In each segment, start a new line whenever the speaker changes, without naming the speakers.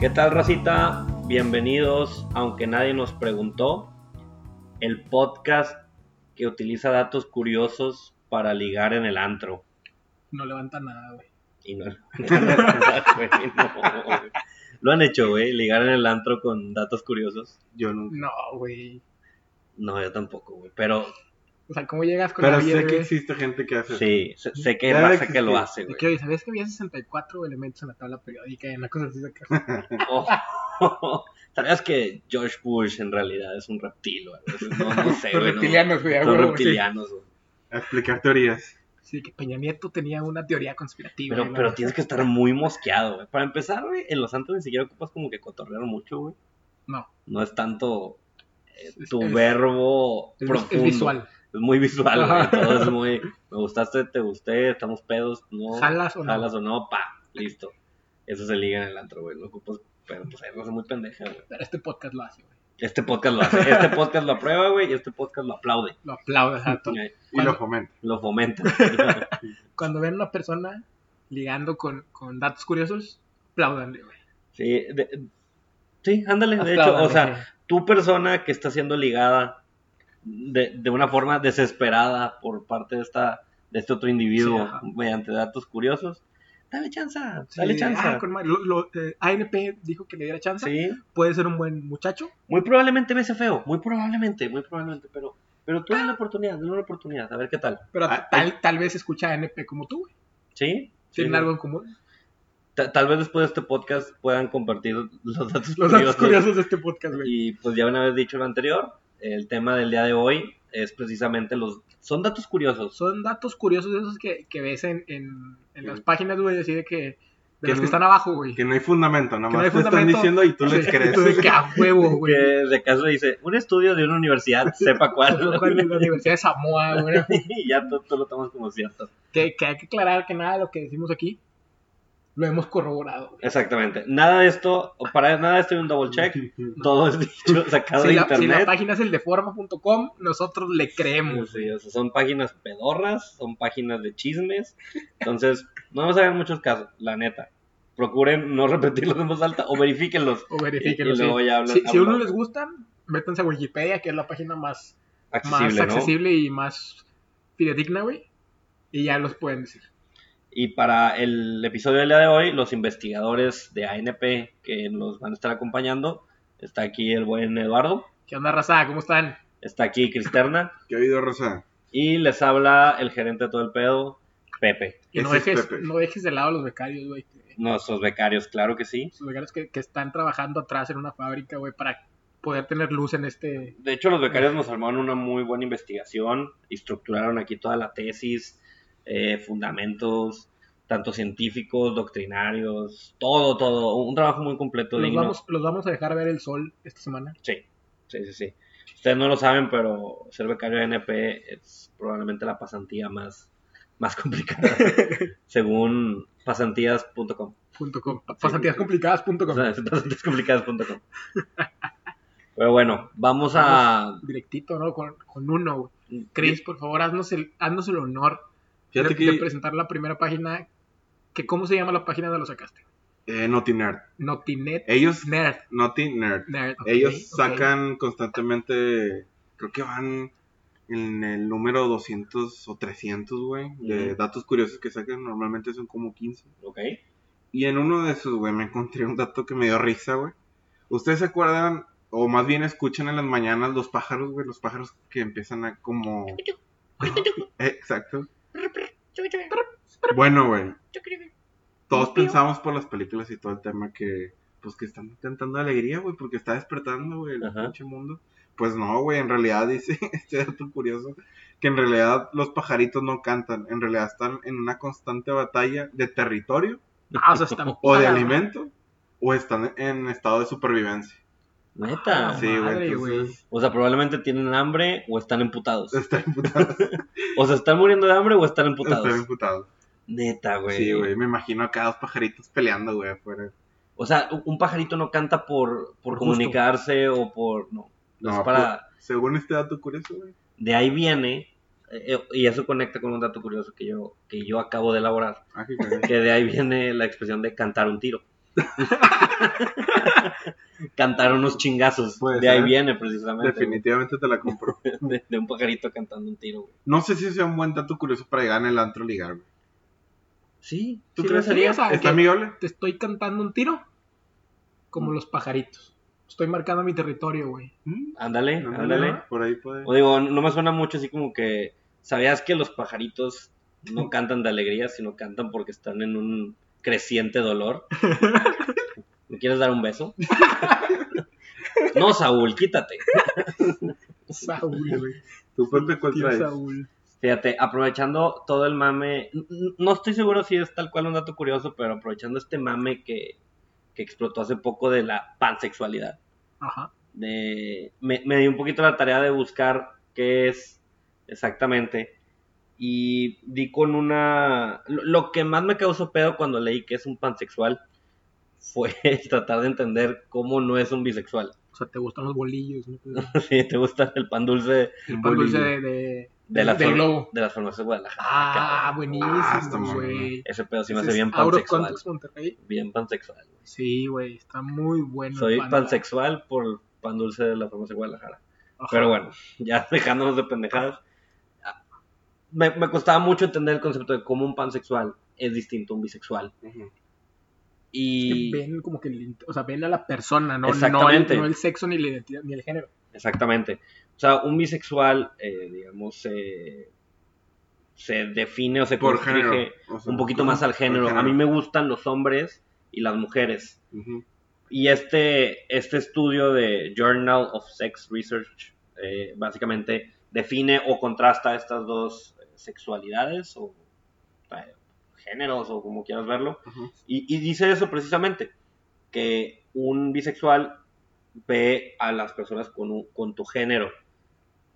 ¿Qué tal, racita? Bienvenidos, aunque nadie nos preguntó, el podcast que utiliza datos curiosos para ligar en el antro.
No levanta nada, güey.
Y no, güey, no, güey. Lo han hecho, güey, ligar en el antro con datos curiosos.
Yo nunca.
No, güey.
No, yo tampoco, güey. Pero
O sea, ¿cómo llegas con
Pero
la
sé que
billete?
existe gente que hace eso.
sí, sé, sé que hay
Debe
raza que
existir.
lo hace,
¿De
güey.
qué, oye, ¿Sabías que había 64 elementos en la tabla periódica y una cosa así? saca?
Oh, ¿Sabías que George Bush en realidad es un reptil, güey? No, no sé,
Los
güey. no.
reptilianos, güey. a
Son
huevo, sí.
reptilianos, güey.
A explicar teorías.
Sí, que Peña Nieto tenía una teoría conspirativa.
Pero,
¿no?
pero tienes que estar muy mosqueado, güey. Para empezar, güey, en los antros ni siquiera ocupas como que cotorrear mucho, güey.
No.
No es tanto eh,
Es-
tu
es-
verbo
Es, es
profundo.
visual.
Es muy visual, güey.
Ajá.
Todo es muy. Me gustaste, te gusté, estamos pedos, no.
¿Jalas o no?
jalas o no, pa, listo. Eso se liga en el antro, güey. No ocupas. Pero pues hay raza muy pendeja, güey.
Pero este podcast lo hace, güey.
Este podcast lo hace. Este podcast lo aprueba, güey, y este podcast lo aplaude.
Lo aplaudas a todo.
Eh,
Y
¿Cuándo?
lo fomenta.
Lo fomenta.
Cuando ven a una persona ligando con, con datos curiosos, aplaudanle, güey.
Sí, de- sí, ándale. De hecho,
Apláudanle,
o sea,
sí.
tu persona que está siendo ligada de, de una forma desesperada por parte de esta de este otro
Sí,
individuo
ajá.
mediante datos curiosos, dale chance,
Sí,
dale chance.
ah, con madre. Lo- lo- eh, ANP dijo que le diera chance.
Sí,
Puede ser un buen muchacho.
muy probablemente me hace feo, muy probablemente, muy probablemente, pero pero tú dale la oportunidad, dale una oportunidad, a ver qué tal.
Pero
Ah,
tal, tal vez escucha a NP como tú, güey.
¿Sí?
Tienen
Sí.
algo en común.
Ta- Tal vez después de este podcast puedan compartir los datos
Los datos curiosos de este podcast, güey.
Y pues ya una vez dicho lo anterior, el tema del día de hoy es precisamente los... Son datos curiosos.
Son datos curiosos de esos que, que ves en, en, en las
Sí.
páginas, güey, así de que... De
Que
los
no-
que están abajo, güey.
Que no hay fundamento, nomás
no hay
te están
fundamento.
diciendo y tú les
Sí,
crees.
tú de que a huevo,
Que
güey.
de caso dice, un estudio de una universidad, sepa cuál.
Cuando en La Universidad de Samoa, güey.
y ya tú, tú lo tomas como cierto.
Que, que hay que aclarar que nada de lo que decimos aquí lo hemos corroborado, güey.
Exactamente. Nada de esto, para nada de esto hay un double check. Todo es dicho, sacado
Si
de
la, si
internet.
la página es el de forma.com, nosotros le creemos.
Sí, o sea, son páginas pedorras, son páginas de chismes. Entonces, no vamos a ver muchos casos, la neta. Procuren no repetirlos en voz alta o verifíquenlos.
O verifíquenlo.
Y- y luego
sí.
ya hablan-
si, si a uno
hablan.
les gustan, métanse a Wikipedia, que es la página más
Accesible,
más
¿no?
accesible y más fidedigna, güey. Y ya los pueden decir.
Y para el episodio del día de hoy, los investigadores de ANP que nos van a estar acompañando, está aquí el buen Eduardo,
¿Qué onda, raza? ¿Cómo están?
está aquí Cristerna
¿Qué ha habido, Rosa?
y les habla el gerente de todo el pedo, Pepe.
Y no
Ese es
dejes,
Pepe.
no dejes de lado a los becarios, güey. que-
Nuestros becarios, claro que sí.
Los becarios que, que están trabajando atrás en una fábrica, güey, para poder tener luz en este...
De hecho, los becarios nos armaron una muy buena investigación, estructuraron aquí toda la tesis, eh, fundamentos, tanto científicos, doctrinarios, todo, todo. Un trabajo muy completo.
Los
digno.
vamos, los vamos a dejar ver el sol esta semana.
Sí, sí, sí, sí. Ustedes no lo saben, pero ser becario de NP es probablemente la pasantía más, más complicada, según pasantías.com.
Punto com. Pasantíascomplicadas.com.
O sea, es pasantíascomplicadas.com. Pero bueno, vamos a...
Directito, ¿no? Con, con uno, güey. Chris, por favor, haznos el, haznos el honor de,
Fíjate
de
que
presentar la primera página. Que, ¿Cómo se llama la página donde lo sacaste?
eh, Naughty Nerd.
Notinet
Ellos,
Nerd.
Naughty Nerd.
Nerd, ok,
Ellos
ok.
sacan constantemente, creo que van en el número 200 o 300, güey, de
Ujú.
datos curiosos que sacan. Normalmente son como 15.
Ok.
Y en uno de esos, güey, me encontré un dato que me dio risa, güey. ¿Ustedes se acuerdan, o más bien escuchan en las mañanas los pájaros, güey? Los pájaros que empiezan a como... Exacto. Bueno, güey. Todos pensamos por las películas y todo el tema que... Pues que están cantando alegría, güey, porque está despertando, güey, el
Ajá.
pinche mundo. Pues no, güey, en realidad dice este dato curioso que en realidad los pajaritos no cantan, en realidad están en una constante batalla de territorio
Ah, o sea, están
o de
Ah,
alimento o están en estado de supervivencia.
Neta.
Ah, Sí, güey.
madre, güey.
Entonces,
O sea, probablemente tienen hambre o están emputados.
están imputados.
O se están muriendo de hambre o están
Están
emputados.
imputados.
Neta, güey.
Sí, güey. Me imagino acá dos pajaritos peleando, güey, afuera.
O sea, un- un pajarito no canta por, por
Por
comunicarse o por... No, es
No,
para...
Según este dato curioso, güey.
De ahí viene, eh, eh, y eso conecta con un dato curioso que yo, que yo acabo de elaborar,
Ah, qué caray.
que de ahí viene la expresión de cantar un tiro. Cantar unos chingazos.
Puede
de ahí
ser.
viene precisamente. güey.
Definitivamente te la compro.
De, de un pajarito cantando un tiro, güey.
No sé si sea un buen dato curioso para llegar en el antro a ligar, güey.
Sí,
¿Tú
sí,
crees?
lo haría.
Sí, o sea,
¿Está
que-
amigable?
Te estoy cantando un tiro. Como los pajaritos. Estoy marcando mi territorio, güey.
Mm,
Ándale,
no, no,
ándale. Pues,
no, Por ahí puede.
O digo, no me suena mucho así como que. ¿Sabías que los pajaritos no cantan de alegría, sino cantan porque están en un creciente dolor? ¿Me quieres dar un beso? No, Saúl, quítate.
Saúl, güey.
¿Tú, pues, Pepe, cuál
Tío
traes?
Saúl.
Fíjate, aprovechando todo el mame, n- n- no estoy seguro si es tal cual un dato curioso, pero aprovechando este mame que, que explotó hace poco de la pansexualidad,
Ajá.
de, me, me di un poquito la tarea de buscar qué es exactamente y di con una... Lo, lo que más me causó pedo cuando leí que es un pansexual fue el tratar de entender cómo no es un bisexual.
O sea, te gustan los bolillos, ¿no?
si te gusta el pan dulce
El
Un
pan dulce de,
bolillo.
de-
de las,
del
farma-
globo.
de las farmacias de Guadalajara.
Ah, buenísimo,
Ah, está muy
güey.
bueno.
Ese pedo sí me
Ese
hace
es
bien
Out of
pansexual.
Context Monterrey.
Bien pansexual. güey.
Sí, güey, está muy bueno. el
Soy
pan.
pansexual por el pan dulce de la farmacia de Guadalajara.
Ajá.
Pero bueno, ya dejándonos de pendejadas. Me, me costaba mucho entender el concepto de cómo un pansexual es distinto a un bisexual.
Ujú.
Es que
Y.
ven como que, el- o sea, ven a la persona, ¿no?
Exactamente.
No, el, no el sexo, ni la identidad, ni el género.
Exactamente. O sea, un bisexual, eh, digamos, se- se define o se
Por
constrige
género. o sea,
un poquito
¿cómo?
más al
Por
género. A mí me gustan los hombres y las mujeres.
Ujú.
Y este, este estudio de Journal of Sex Research eh, básicamente define o contrasta estas dos eh, sexualidades o eh, géneros o como quieras verlo.
Ujú.
Y, y dice eso precisamente, que un bisexual ve a las personas con, un- con tu género,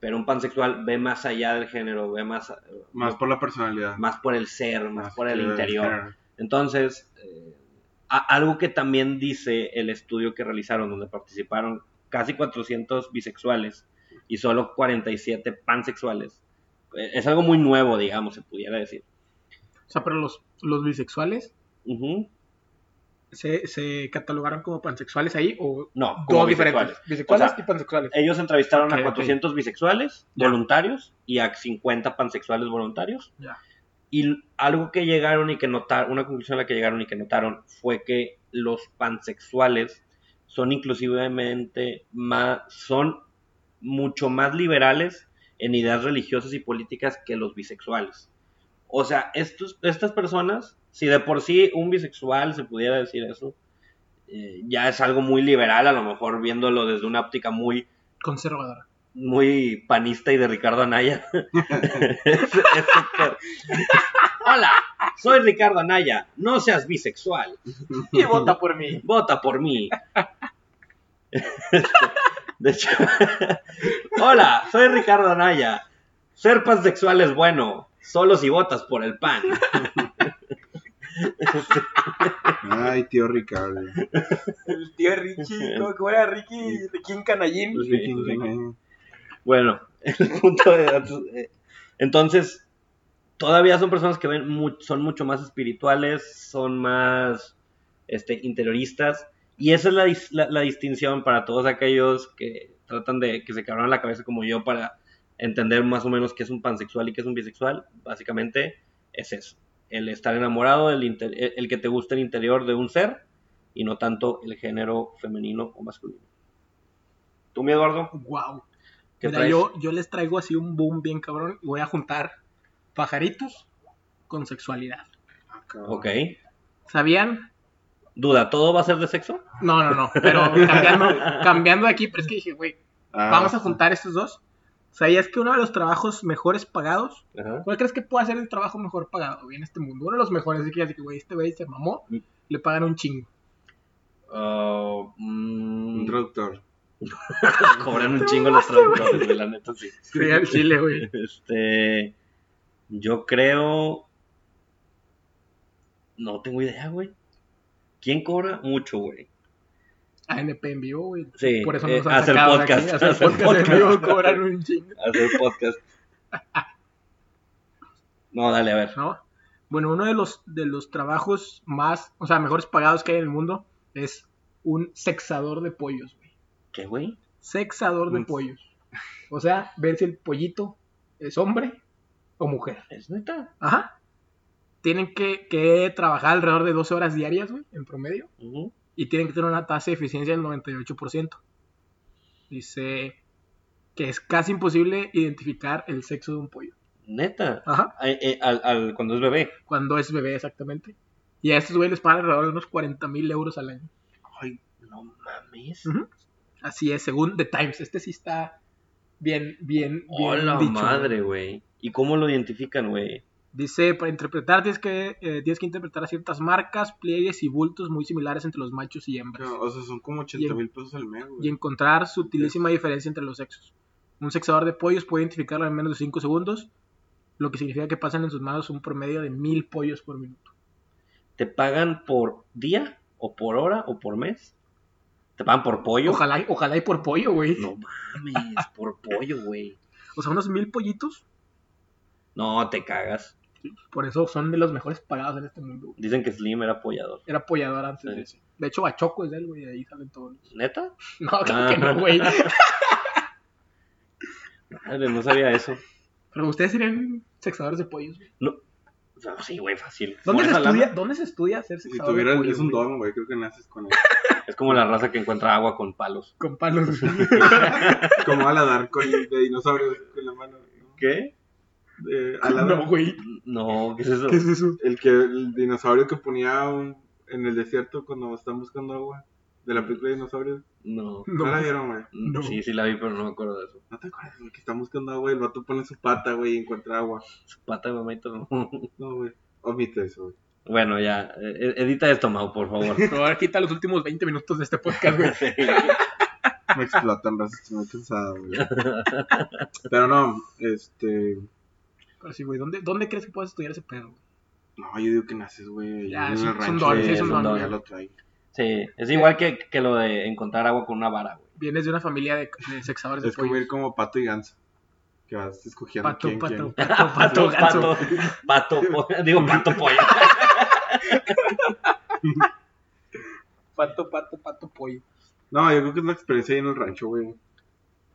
pero un pansexual ve más allá del género, ve más,
Más por la personalidad.
más por el ser, más,
Más
por el
que
interior.
género.
Entonces, eh, a- algo que también dice el estudio que realizaron, donde participaron casi 400 bisexuales y solo 47 pansexuales, eh, es algo muy nuevo, digamos, se pudiera decir.
O sea, pero los, los bisexuales
Ujú.
se, se catalogaron como pansexuales ahí o
No, como
dos
bisexuales.
diferentes. Bisexuales
O sea,
y pansexuales.
Ellos entrevistaron
Ok,
a
ok.
400 bisexuales
Ya.
voluntarios y a 50 pansexuales voluntarios.
Ya.
Y l- algo que llegaron y que notaron, una conclusión a la que llegaron y que notaron fue que los pansexuales son inclusivemente más, son mucho más liberales en ideas religiosas y políticas que los bisexuales. O sea, estos, estas personas, si de por sí un bisexual se pudiera decir eso, eh, ya es algo muy liberal, a lo mejor viéndolo desde una óptica muy
Conservadora.
muy panista y de Ricardo Anaya. Es- es súper- Hola, soy Ricardo Anaya. No seas bisexual.
Y vota por mí.
Vota por mí. Este, de hecho, hola, soy Ricardo Anaya. Ser pansexual es bueno, solo si votas por el pan.
Ay, tío Ricardo.
El tío Ricky, ¿cómo que era Ricky? Ricky en Canallín.
Sí,
Ricky,
sí.
Ricky.
Bueno, el punto de eh, entonces todavía son personas que ven mu- son mucho más espirituales, son más este interioristas y esa es la, dis- la- la distinción para todos aquellos que tratan de que se quebraron la cabeza como yo para entender más o menos qué es un pansexual y qué es un bisexual, básicamente es eso, el estar enamorado, el, inter- el- el que te gusta el interior de un ser y no tanto el género femenino o masculino. ¿Tú, mi Eduardo?
Wow.
¿Qué
Mira,
traes?
yo, yo les traigo así un boom bien cabrón y voy a juntar pajaritos con sexualidad.
Ah, cabrón.
Ok.
¿Sabían?
Duda, ¿todo va a ser de sexo?
No, no, no, pero cambiando, cambiando de aquí, pero es que dije, güey,
Ah,
vamos a juntar estos dos. ¿Sabías que uno de los trabajos mejores pagados,
Ajá.
cuál crees que puede ser el trabajo mejor pagado güey, en este mundo? Uno de los mejores, así que ya dije, güey, este güey se mamó,
Mm.
le pagan un chingo.
Oh,
Un traductor.
mm, cobran un chingo los traductores, güey, la neta sí.
Sí, al chile, güey.
Este. Yo creo. No tengo idea, güey. ¿Quién cobra? Mucho, güey.
ANP en vivo, güey.
Sí,
Por eso
eh,
nos han
hacer
sacado de aquí,
podcast.
hacer podcast en vivo, cobran un chingo.
Hacer podcast. No, dale, a ver.
¿no? Bueno, uno de los, de los trabajos más, o sea, mejores pagados que hay en el mundo es un sexador de pollos, güey.
¿Qué, güey?
Sexador de
Mm.
pollos. O sea, ver si el pollito es hombre o mujer.
¿Es neta?
Ajá. Tienen que, que trabajar alrededor de 12 horas diarias, güey, en promedio.
Ujú.
y tienen que tener una tasa de eficiencia del 98%. Dice que es casi imposible identificar el sexo de un pollo.
Neta.
Ajá.
Ay, eh, al- al- cuando es bebé.
Cuando es bebé, exactamente. Y a estos güeyes les pagan alrededor de unos 40 mil euros al año.
Ay, no mames.
Ujú. Así es, según The Times. Este sí está bien, bien, bien
Hola
dicho,
madre,
güey.
güey. ¿Y cómo lo identifican, güey?
Dice, para interpretar tienes que, eh, tienes que interpretar ciertas marcas, pliegues y bultos muy similares entre los machos y hembras.
O sea, son como 80 mil pesos al mes,
y
güey.
encontrar sutilísima diferencia entre los sexos. Un sexador de pollos puede identificarlo en menos de 5 segundos, lo que significa que pasan en sus manos un promedio de mil pollos por minuto.
¿Te pagan por día o por hora o por mes? ¿Te pagan por pollo?
Ojalá, y- ojalá y por pollo, güey.
No mames, por pollo, güey.
O sea, unos mil pollitos,
No, te cagas.
por eso son de los mejores pagados en este mundo. güey.
Dicen que Slim era apoyador.
Era apoyador antes
Sí.
de eso. De hecho, Bachoco es de él, güey, de ahí salen todos.
¿Neta?
No, claro que no, güey.
Madre, no sabía eso.
Pero ustedes serían sexadores de pollos, güey.
No, sí, güey, fácil.
¿Dónde
Mueres
se,
a lana.
estudia, ¿Dónde se estudia ser
Si
sexador de
tuvieras,
pollos?
es un
güey?
don, güey, creo que naces con él.
Es como la raza que encuentra agua con palos.
Con palos. güey.
Como aladar con de dinosaurio con la mano. ¿no?
¿Qué?
Eh,
no,
Aladar,
güey.
No, ¿qué es eso?
¿Qué es eso?
el que el dinosaurio que ponía un- en el desierto cuando están buscando agua de la película de dinosaurios.
No.
No,
No.
la vieron, güey.
No.
Sí, sí la vi, pero no me acuerdo de eso.
No te acuerdas, güey, que están buscando agua y el vato pone su pata, güey, y encuentra agua.
Su pata de mamá y todo.
No, güey. Omite eso, güey.
Bueno, ya. eh, Edita esto, Mau, por favor.
Pero ahora quita los últimos 20 minutos de este podcast, güey.
Sí.
Me explotan, raza, estoy muy cansado, güey. Pero no, este.
Pero sí, güey, ¿dónde, ¿dónde crees que puedes estudiar ese pedo? güey?
No, yo digo que naces, güey.
Ya,
en
es
el
un- es un
rancho,
don,
güey,
sí, es un
ya
don,
lo-
güey.
ya lo trae.
Sí, es igual que, que lo de encontrar agua con una vara, güey.
Vienes de una familia de, de sexadores de
Es como
pollos.
ir como pato y ganso. Que vas escogiendo
Pato,
quién,
pato, pato,
quién.
pato, pato, ganso.
pato, pato, po- digo pato pollo.
Pato, pato, pato, pollo.
No, yo creo que es una experiencia ahí en el rancho, güey.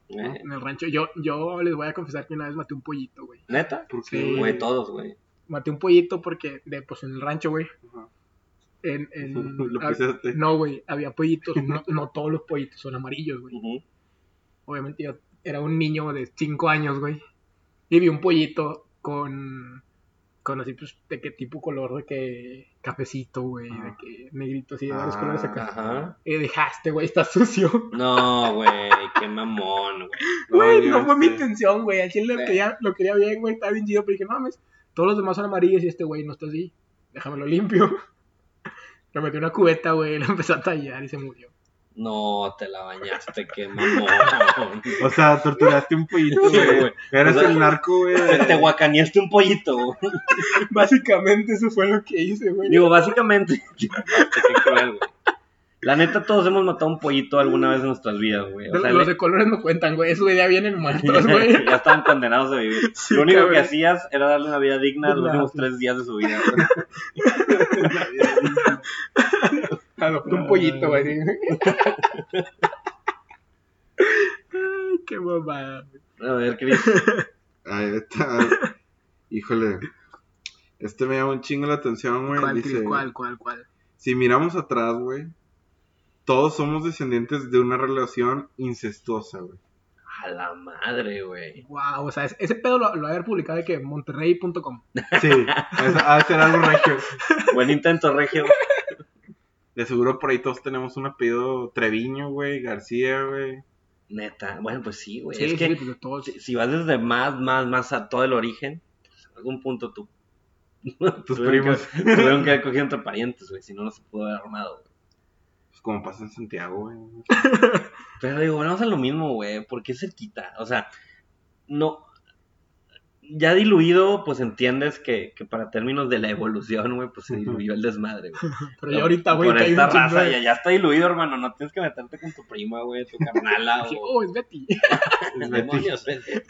Eh,
En el rancho, yo, yo les voy a confesar que una vez maté un pollito, güey.
¿Neta?
Porque,
Sí,
Güey, todos, güey.
Maté un pollito porque, de, pues en el rancho, güey.
Ajá.
En, en-
Lo
hab-
pisaste.
no, güey, había pollitos. No, no todos los pollitos son amarillos, güey.
Ujú.
Obviamente yo era un niño de 5 años, güey. Y vi un pollito con. Con así, pues, de qué tipo color, de que cafecito, güey, de
Ajá. Ah.
que negrito, así, de varios colores acá.
Ajá.
Eh, dejaste, güey, está sucio.
No, güey, qué mamón, güey.
Güey, no
ya este,
fue mi
sé.
intención, güey. Al chile lo
Sí.
quería, lo quería bien, güey, está bien chido, pero dije, no mames, todos los demás son amarillos y este güey no está así. Déjamelo limpio. Lo metí en una cubeta, güey, lo empezó a tallar y se murió.
No, te la bañaste, qué mamón.
O sea, torturaste un pollito,
Sí,
güey.
güey.
Eres
O sea, este
el narco, güey.
Te, te guacaneaste un pollito, güey.
Básicamente eso fue lo que hice, güey.
Digo, básicamente. Qué cruel, güey. La neta, todos hemos matado un pollito alguna vez en nuestras vidas, güey. O
De-
sea,
los
le-
de colores no cuentan, güey. Esos güey ya vienen muertos, güey.
ya estaban condenados a vivir.
Sí,
Lo único que
cabrón.
hacías era darle una vida digna los
Digna,
últimos
sí.
tres días de su vida. güey.
Adoptó un pollito, güey. Ay, qué bobada. güey.
A ver, Cris.
Ahí está. Híjole. Este me llama un chingo la atención, güey.
¿Cuál,
Dice,
Cris? ¿Cuál, cuál, cuál?
Si miramos atrás, güey, todos somos descendientes de una relación incestuosa, güey.
A la madre, güey.
Wow, o sea, es- ese pedo lo, lo haber publicado de que monterrey.com.
Sí, es- ha de ser algo regio.
Buen intento, Regio.
De seguro por ahí todos tenemos un apellido Treviño, güey, García, güey.
Neta. Bueno, pues sí, güey.
Sí,
es
sí,
que
pues de todos.
si- si vas desde más, más, más a todo el origen, pues, en algún punto tú.
Tus
tuvieron
primos.
Que, tuvieron que haber cogido entre parientes, güey. Si no, no se pudo haber armado, güey.
Pues como pasa en Santiago, güey.
Pero digo, volvemos a lo mismo, güey. ¿Por qué cerquita? O sea, no. Ya diluido, pues entiendes que, que para términos de la evolución, güey, pues se diluyó el desmadre, güey.
Pero ya ahorita, güey,
Por
que hay
esta
un chingo
raza,
de-
ya, ya está diluido, hermano. No tienes que meterte con tu prima, güey, tu carnala,
Dije,
o...
oh, es Betty.
Es Betis.
¿eh?
Demonios, vete.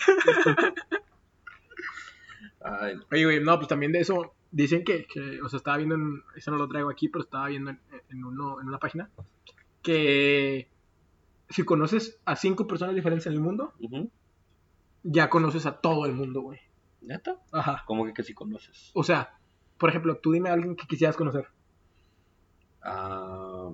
Ay,
Oye, güey, no, pues también de eso, dicen que, que, o sea, estaba viendo, en, eso no lo traigo aquí, pero estaba viendo en, en uno, en una página, que si conoces a cinco personas diferentes en el mundo,
Ujú.
ya conoces a todo el mundo, güey.
¿Neta?
Ajá.
¿Cómo que, que si conoces?
O sea, por ejemplo, tú dime a alguien que quisieras conocer.
Ah,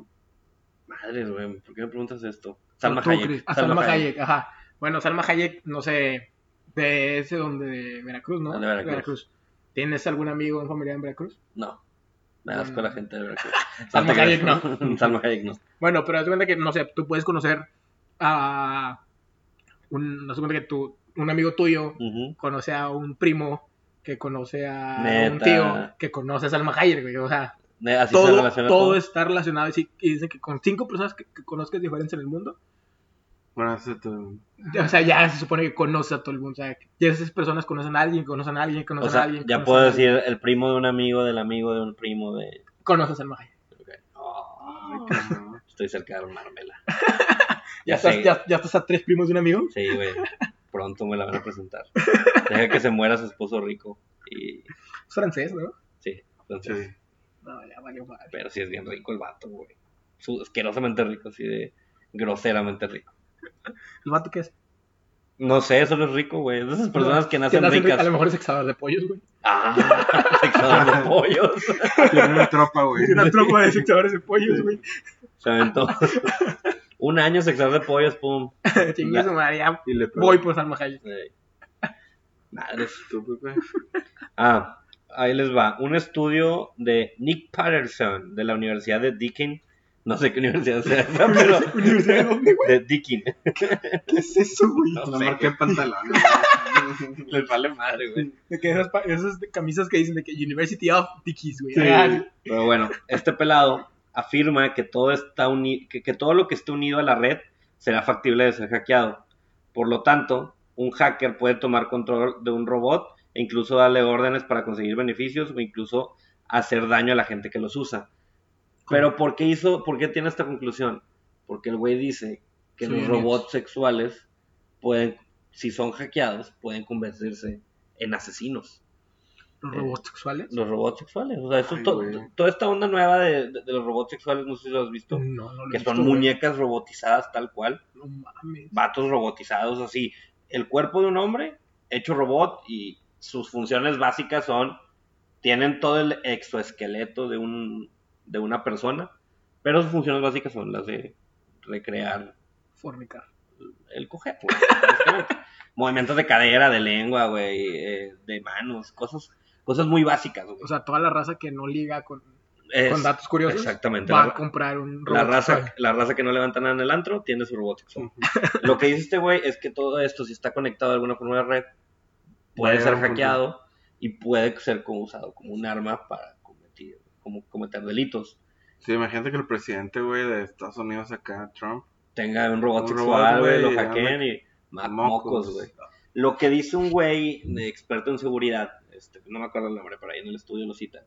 madres, güey, ¿por qué me preguntas esto?
Pero
Salma
tú,
Hayek.
Chris. Ah, Salma Hayek, ajá. Bueno, Salma Hayek, no sé, de ese donde, de Veracruz, ¿no?
De Veracruz.
¿Tienes algún amigo o familiar en Veracruz?
No. Me da asco
Bueno.
la gente de Veracruz.
Salma
No te
Hayek,
creas. Salma Hayek no.
Bueno, pero haz de cuenta que, no sé, tú puedes conocer a un, haz de cuenta que tú, un amigo tuyo
Ujú.
conoce a un primo que conoce a
Neta.
un tío que conoce a Salma Hayek, güey. O sea,
Ne- Así se
todo,
relaciona
todo está relacionado. Y, sí- y dicen que con cinco personas que, que conozcas diferentes en el mundo,
Bueno, eso es todo.
o sea, ya se supone que conoces a todo el mundo. O sea, ya esas personas conocen a alguien, conocen a alguien, conocen
O sea,
a alguien.
ya
conocen
puedo
a alguien.
decir el primo de un amigo, del amigo de un primo de...
Conoces a Salma Hayek.
Oh,
Cabrón.
estoy cerca de armármela.
Ya,
sé.
estás, ya, ya estás a tres primos de un amigo.
Sí, güey. Pronto me la van a presentar. Deja que se muera su esposo rico. Y...
Es francés, ¿no?
Sí, entonces...
Sí.
No, ya valió madre.
Pero sí es bien rico el vato, güey. Su- Asquerosamente rico, así de... Groseramente rico.
¿El vato qué es?
No sé, solo es rico, güey. Es de esas personas que nacen
nacen
ricas.
A lo mejor es exador de pollos, güey.
Ah, sexador de pollos.
Tiene una tropa, güey.
Una tropa de sexadores de pollos, güey.
Se aventó. Un año sexador de pollos, pum.
Chingue su madre, ya
Y le pegó.
voy por Salma Hayek.
Ey. Madres.
Tú, Pepe.
Ah, ahí les va. Un estudio de Nick Patterson de la Universidad de Deakin. No sé qué universidad sea esa, pero.
¿Universidad de dónde, güey?
De Deakin.
¿Qué es eso, güey?
No
la
sé,
marca de pantalón.
Les vale madre, güey.
De que esas, pa- esas de camisas que dicen de que University of Dickies, güey.
Sí.
Ah,
Pero bueno, este pelado afirma que todo, está uni- que, que todo lo que esté unido a la red será factible de ser hackeado. Por lo tanto, un hacker puede tomar control de un robot e incluso darle órdenes para conseguir beneficios o incluso hacer daño a la gente que los usa. Pero ¿por qué hizo, por qué tiene esta conclusión? Porque el güey dice que
Son
los
unidos.
robots sexuales pueden, si son hackeados, pueden convertirse en asesinos
Los robots sexuales.
los robots sexuales. O sea, eso
Ay,
to-
güey.
to- toda esta onda nueva de, de- de los robots sexuales, no sé si lo has visto,
No, Mm, no lo he
que
visto,
son
güey.
muñecas robotizadas tal cual,
No mames.
vatos robotizados así. El cuerpo de un hombre hecho robot y sus funciones básicas son, tienen todo el exoesqueleto de, un, de una persona, pero sus funciones básicas son las de recrear
Fornicar.
el coger, güey, básicamente. Movimientos de cadera, de lengua, güey, eh, de manos, cosas, cosas muy básicas, güey.
O sea, toda la raza que no liga con,
Es-
con datos curiosos
Exactamente.
va
la-
a comprar un robot
La raza,
sexual.
la raza que no levanta nada en el antro tiene su robot sexual. Lo que dice este güey es que todo esto, si está conectado de alguna forma a la red, puede
Vaya,
ser
un punto.
hackeado y puede ser como usado como un arma para cometer, como cometer delitos.
Sí, imagínate que el presidente, güey, de Estados Unidos acá, Trump.
Tenga un robot
Un
sexual,
robot,
güey, lo
güey,
hackeen y ma- mocos, güey. Lo que dice un güey de experto en seguridad, este, no me acuerdo el nombre, pero ahí en el estudio lo citan,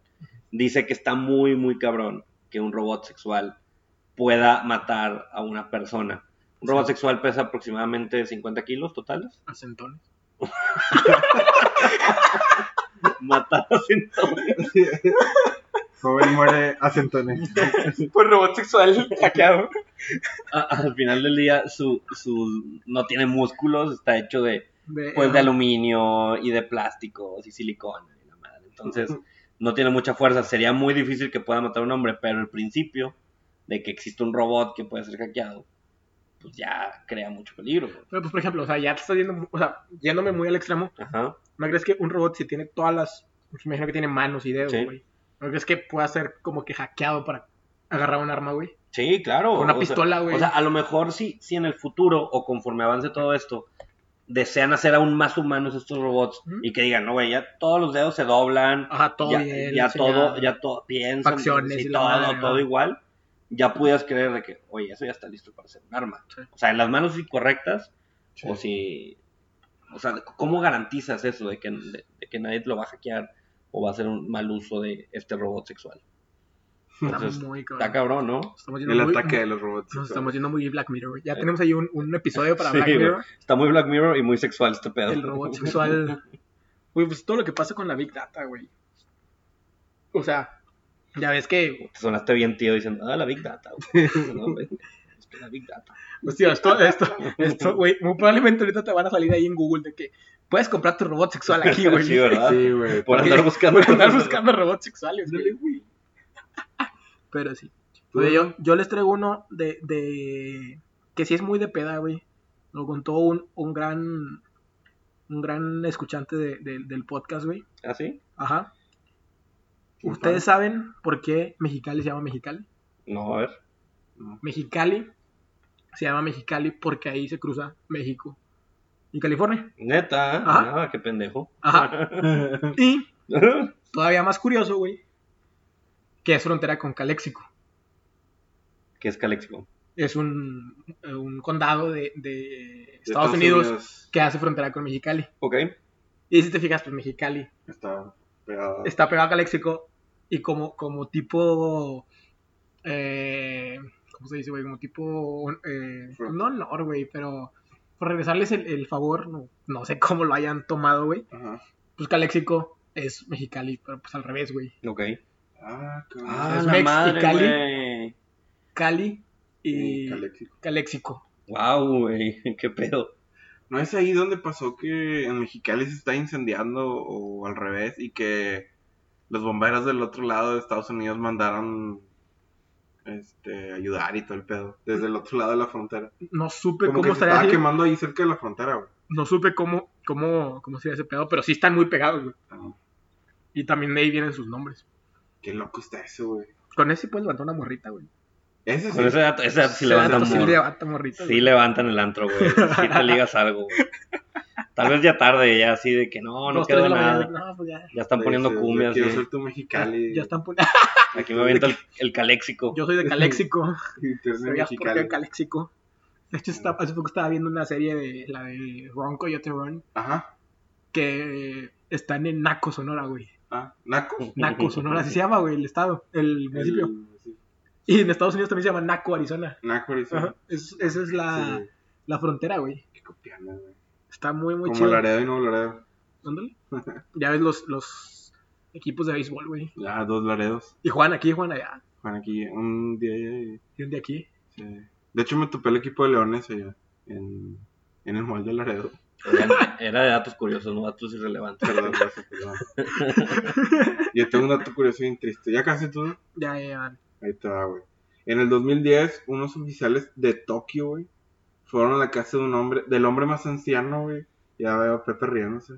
dice que está muy, muy cabrón que un robot sexual pueda matar a una persona. Un robot sexual pesa aproximadamente 50 kilos totales.
Acentones.
Matar a 120.
Joven muere a centones.
Por robot sexual hackeado.
A- Al final del día, su, su, no tiene músculos, está hecho de,
De,
pues, de aluminio y de plásticos y silicona. y la madre. Entonces, no tiene mucha fuerza. Sería muy difícil que pueda matar a un hombre, pero el principio de que existe un robot que puede ser hackeado, pues ya crea mucho peligro. güey.
Pero, pues, por ejemplo, o sea, ya te estás yendo, o sea, yéndome muy al extremo,
Ajá.
¿No crees que un robot si tiene todas las... pues, Me imagino que tiene manos y dedos,
Sí.
güey. ¿No crees que pueda ser como que hackeado para agarrar un arma, güey?
Sí, claro.
Una
o sea,
pistola, güey.
O sea, a lo mejor sí, sí en el futuro o conforme avance todo esto, desean hacer aún más humanos estos robots
Ujú.
y que digan, no, güey, ya todos los dedos se doblan,
Ajá, todo
ya,
bien.
ya
la
todo,
chingada.
ya todo, piensan,
Facciones
sí,
y la
todo,
madre,
todo
¿no?
igual, ya pudieras creer de que, oye, eso ya está listo para ser un arma.
Sí.
O sea, en las manos incorrectas,
Sí.
o si, o sea, ¿cómo garantizas eso de que, de, de que nadie te lo va a hackear o va a hacer un mal uso de este robot sexual? Entonces,
Está muy cabrón.
pues, está cabrón, ¿no?
Estamos yendo
El
muy-
ataque de los robots.
Nos estamos
sexuales.
yendo muy Black Mirror, güey. Ya tenemos ahí un, un episodio para
Sí,
Black
güey.
Mirror.
Está muy Black Mirror y muy sexual este pedo.
El robot sexual... Güey, pues todo lo que pasa con la Big Data, güey. O sea, ya ves que.
Te sonaste bien, tío, diciendo, ah, la Big Data. güey". No, güey, es que la Big Data.
Hostia, pues, esto, esto, esto, güey. Muy probablemente ahorita te van a salir ahí en Google de que puedes comprar tu robot sexual aquí, güey.
Sí, ¿verdad?
Sí, güey.
Por andar buscando.
Por andar buscando robots sexuales, güey. Pero sí. Güey, yo, yo les traigo uno de, de. que sí es muy de peda, güey. Lo contó un, un gran. un gran escuchante de- de- del podcast, güey.
¿Ah, sí?
Ajá.
¿Quién
¿Ustedes saben por qué Mexicali se llama Mexicali?
No, a ver.
Mexicali se llama Mexicali porque ahí se cruza México y California.
Neta, ¿eh?
Ajá.
Ah, qué pendejo.
Ajá. Y
¿Qué
todavía más curioso, güey, que es frontera con Calexico.
es Calexico?
Es un, eh, un condado de, de Estados, Unidos, que hace frontera con Mexicali.
Ok.
Y si te fijas, pues Mexicali
Está pegado.
está pegado a Calexico y como, como tipo... eh, ¿Cómo se dice, güey? Como tipo... eh,
Fron-
no honor, güey, pero... Por regresarles el, el favor, no, no sé cómo lo hayan tomado, güey.
Ajá.
Pues Calexico es Mexicali, pero pues al revés, güey.
Ok.
Ah, cabrón.
Ah,
Es
la
Mex-
madre,
y Cali.
güey.
Cali
Sí,
y
Caléxico.
Calexico.
Wow, güey. Qué pedo.
¿No es ahí donde pasó que en Mexicali se está incendiando o al revés y que los bomberos del otro lado de Estados Unidos mandaron este, ayudar y todo el pedo desde el otro lado de la frontera?
No supe
Como
cómo
que se
estaría
estaba
así.
quemando ahí cerca de la frontera, güey.
No supe cómo, cómo, cómo sería ese pedo, pero sí están muy pegados, güey.
Ah,
Y también de ahí vienen sus nombres.
qué loco está eso, güey.
Con ese sí puedes levantar una morrita, güey.
Ese sí.
Con ese dato, ese dato Ah, sí
Ese
levantan
dato sí
amor.
le levanta morrita.
Sí levantan el antro, güey. Si te ligas algo, güey. Tal vez ya tarde, ya así de que no, no quedó nada.
No, pues ya.
Ya están poniendo
Ese,
cumbias.
Quiero
sí.
ser tu Mexicali.
Ya están poniendo.
Aquí me avienta el, el caléxico.
Yo soy de Calexico.
Y tú eres de
¿Sabías por qué
Mexicali.
Calexico? De hecho, está- hace poco estaba viendo una serie de la de Ron Coyote Run
Ajá.
que están en Naco, Sonora, güey.
Ah, Naco.
Naco, Sonora, así se llama, güey, el estado, el municipio.
El- sí,
Y en Estados Unidos también se llama Naco, Arizona.
Naco, Arizona.
Ajá. Ah. Es- esa es la,
Sí,
la frontera, güey.
qué copiana, güey.
Está muy, muy
Como
chido.
Laredo y Nuevo Laredo.
Ándale. Ya ves los, los equipos de béisbol, güey.
Ah, dos Laredos.
Y Juan aquí, Juan allá.
Juan, aquí un día y-
Y un de aquí.
sí. De hecho, me topé el equipo de Leones allá. En, en el mall de Laredo.
Era- Era de datos curiosos, no datos irrelevantes.
Perdón, gracias, perdón. Yo tengo un dato curioso bien triste. Ya casi todo.
Ya, ya, ya.
Ahí te va, güey. En el 2010, unos oficiales de Tokio, güey, fueron a la casa de un hombre, del hombre más anciano, güey. Ya veo a Pepe riéndose.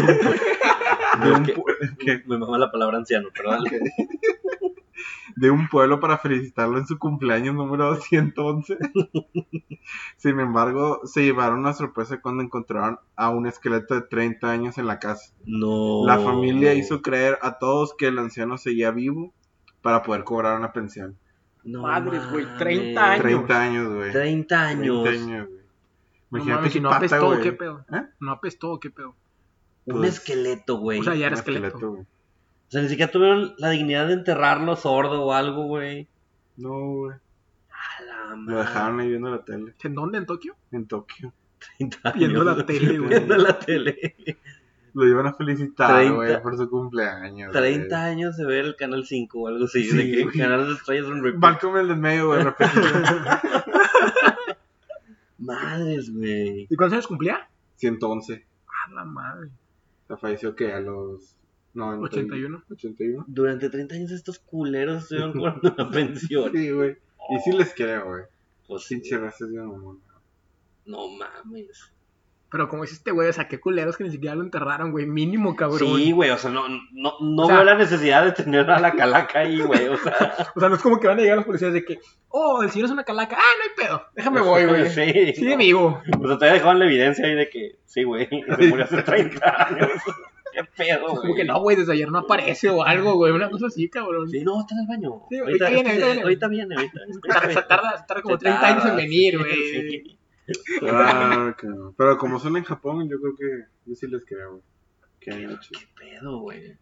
De un,
Es que-
pue- ¿Qué?
Me mama la palabra anciano, perdón.
de un pueblo para felicitarlo en su cumpleaños número 211. Sin embargo, se llevaron una sorpresa cuando encontraron a un esqueleto de 30 años en la casa.
No.
La familia hizo creer a todos que el anciano seguía vivo para poder cobrar una pensión.
No
Madres, güey,
mames.
30 años.
30 años, güey.
30 años.
30 años, güey.
No
Imagínate
mames,
qué
si no
pata,
apestó,
güey.
qué pedo.
¿Eh?
No apestó, qué pedo.
Un
Pues-
esqueleto, güey.
O sea, ya
Un
era esqueleto.
güey.
O sea, ni siquiera tuvieron la dignidad de enterrarlo sordo o algo, güey.
No, güey.
A la
Lo
madre.
dejaron ahí viendo la tele
¿En dónde? ¿En Tokio?
en Tokio.
30 años.
Viendo la tele, güey.
Viendo la tele.
Lo iban a felicitar,
30.
güey, por su cumpleaños. güey.
30 años se ve el Canal 5 o algo así.
Sí,
de que
güey.
Canal de Estrellas un repeat.
Malcolm el del medio, güey, repetido.
Madres, güey.
¿Y cuántos años cumplía?
111.
A la madre.
O sea, falleció que a los 90,
81.
81.
Durante 30 años estos culeros estuvieron cobrando una pensión.
Sí, güey. Y sí les creo, güey.
Pues sí,
Pinche raza es bien mamón.
no mames.
Pero como dice este güey, o sea, qué culeros que ni siquiera lo enterraron, güey. Mínimo, cabrón.
Sí, güey, o sea, no, no, no
O sea-
veo la necesidad de tener a la calaca ahí, güey, o sea.
O sea, no es como que van a llegar los policías de que, oh, el señor es una calaca. Ah, no hay pedo. Déjame voy, güey. Sí,
Sí, no.
vivo.
O sea, pues, todavía dejaban la evidencia ahí de que, sí, güey, se murió hace 30 años. Qué pedo,
Como
güey.
que no, güey, desde ayer no aparece o algo, güey. Una cosa así, cabrón.
Sí, no, está en el baño.
Sí, ahorita viene,
es que
ahorita
viene, ahorita.
Tarda, se tarda, se tarda como
Se
30 años en
tarda,
venir,
sí,
güey.
sí.
Ah, que no. Pero como son en Japón, yo creo que yo sí les creo, güey. Que hay mucho.
Qué pedo, güey.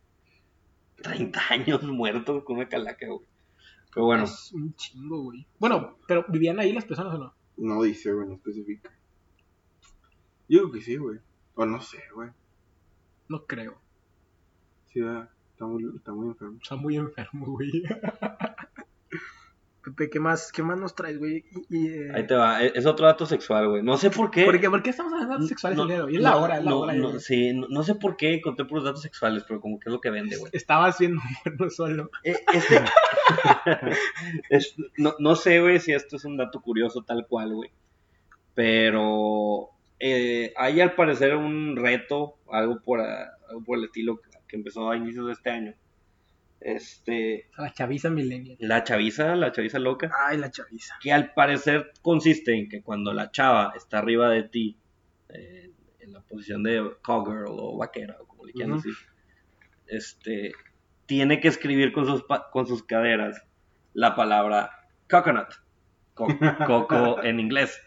30 años muertos con una calaca, güey. Pero bueno,
Es un chingo, güey. Bueno, pero ¿vivían ahí las personas o no?
No dice, güey, no especifica. Yo creo que sí, güey. O no sé, güey.
No creo.
Sí, da. Está muy, está muy enfermo.
Está muy enfermo, güey. Pepe, ¿qué más, qué más nos traes, güey? Y, y, eh,
Ahí te va, E, es es otro dato sexual, güey. No sé por qué.
¿por, qué, por qué estamos hablando de datos sexuales
No,
el día de hoy? Es
no,
la hora, es la
no,
hora.
no,
güey.
sí, no, no sé por qué encontré puros datos sexuales, pero como que es lo que vende, güey.
Estabas siendo bueno solo.
Eh, Este... Es- no, no sé, güey, si esto es un dato curioso tal cual, güey. Pero eh, hay al parecer un reto, algo por, a- algo por el estilo que empezó a inicios de este año. Este,
A la chaviza millennial.
la chaviza, la chaviza loca,
Ay, la chaviza.
que al parecer consiste en que cuando la chava está arriba de ti, eh, en la posición de cowgirl o vaquera, o como le quieran
Ujú.
decir, este, tiene que escribir con sus, pa- con sus caderas la palabra coconut, co- coco en inglés.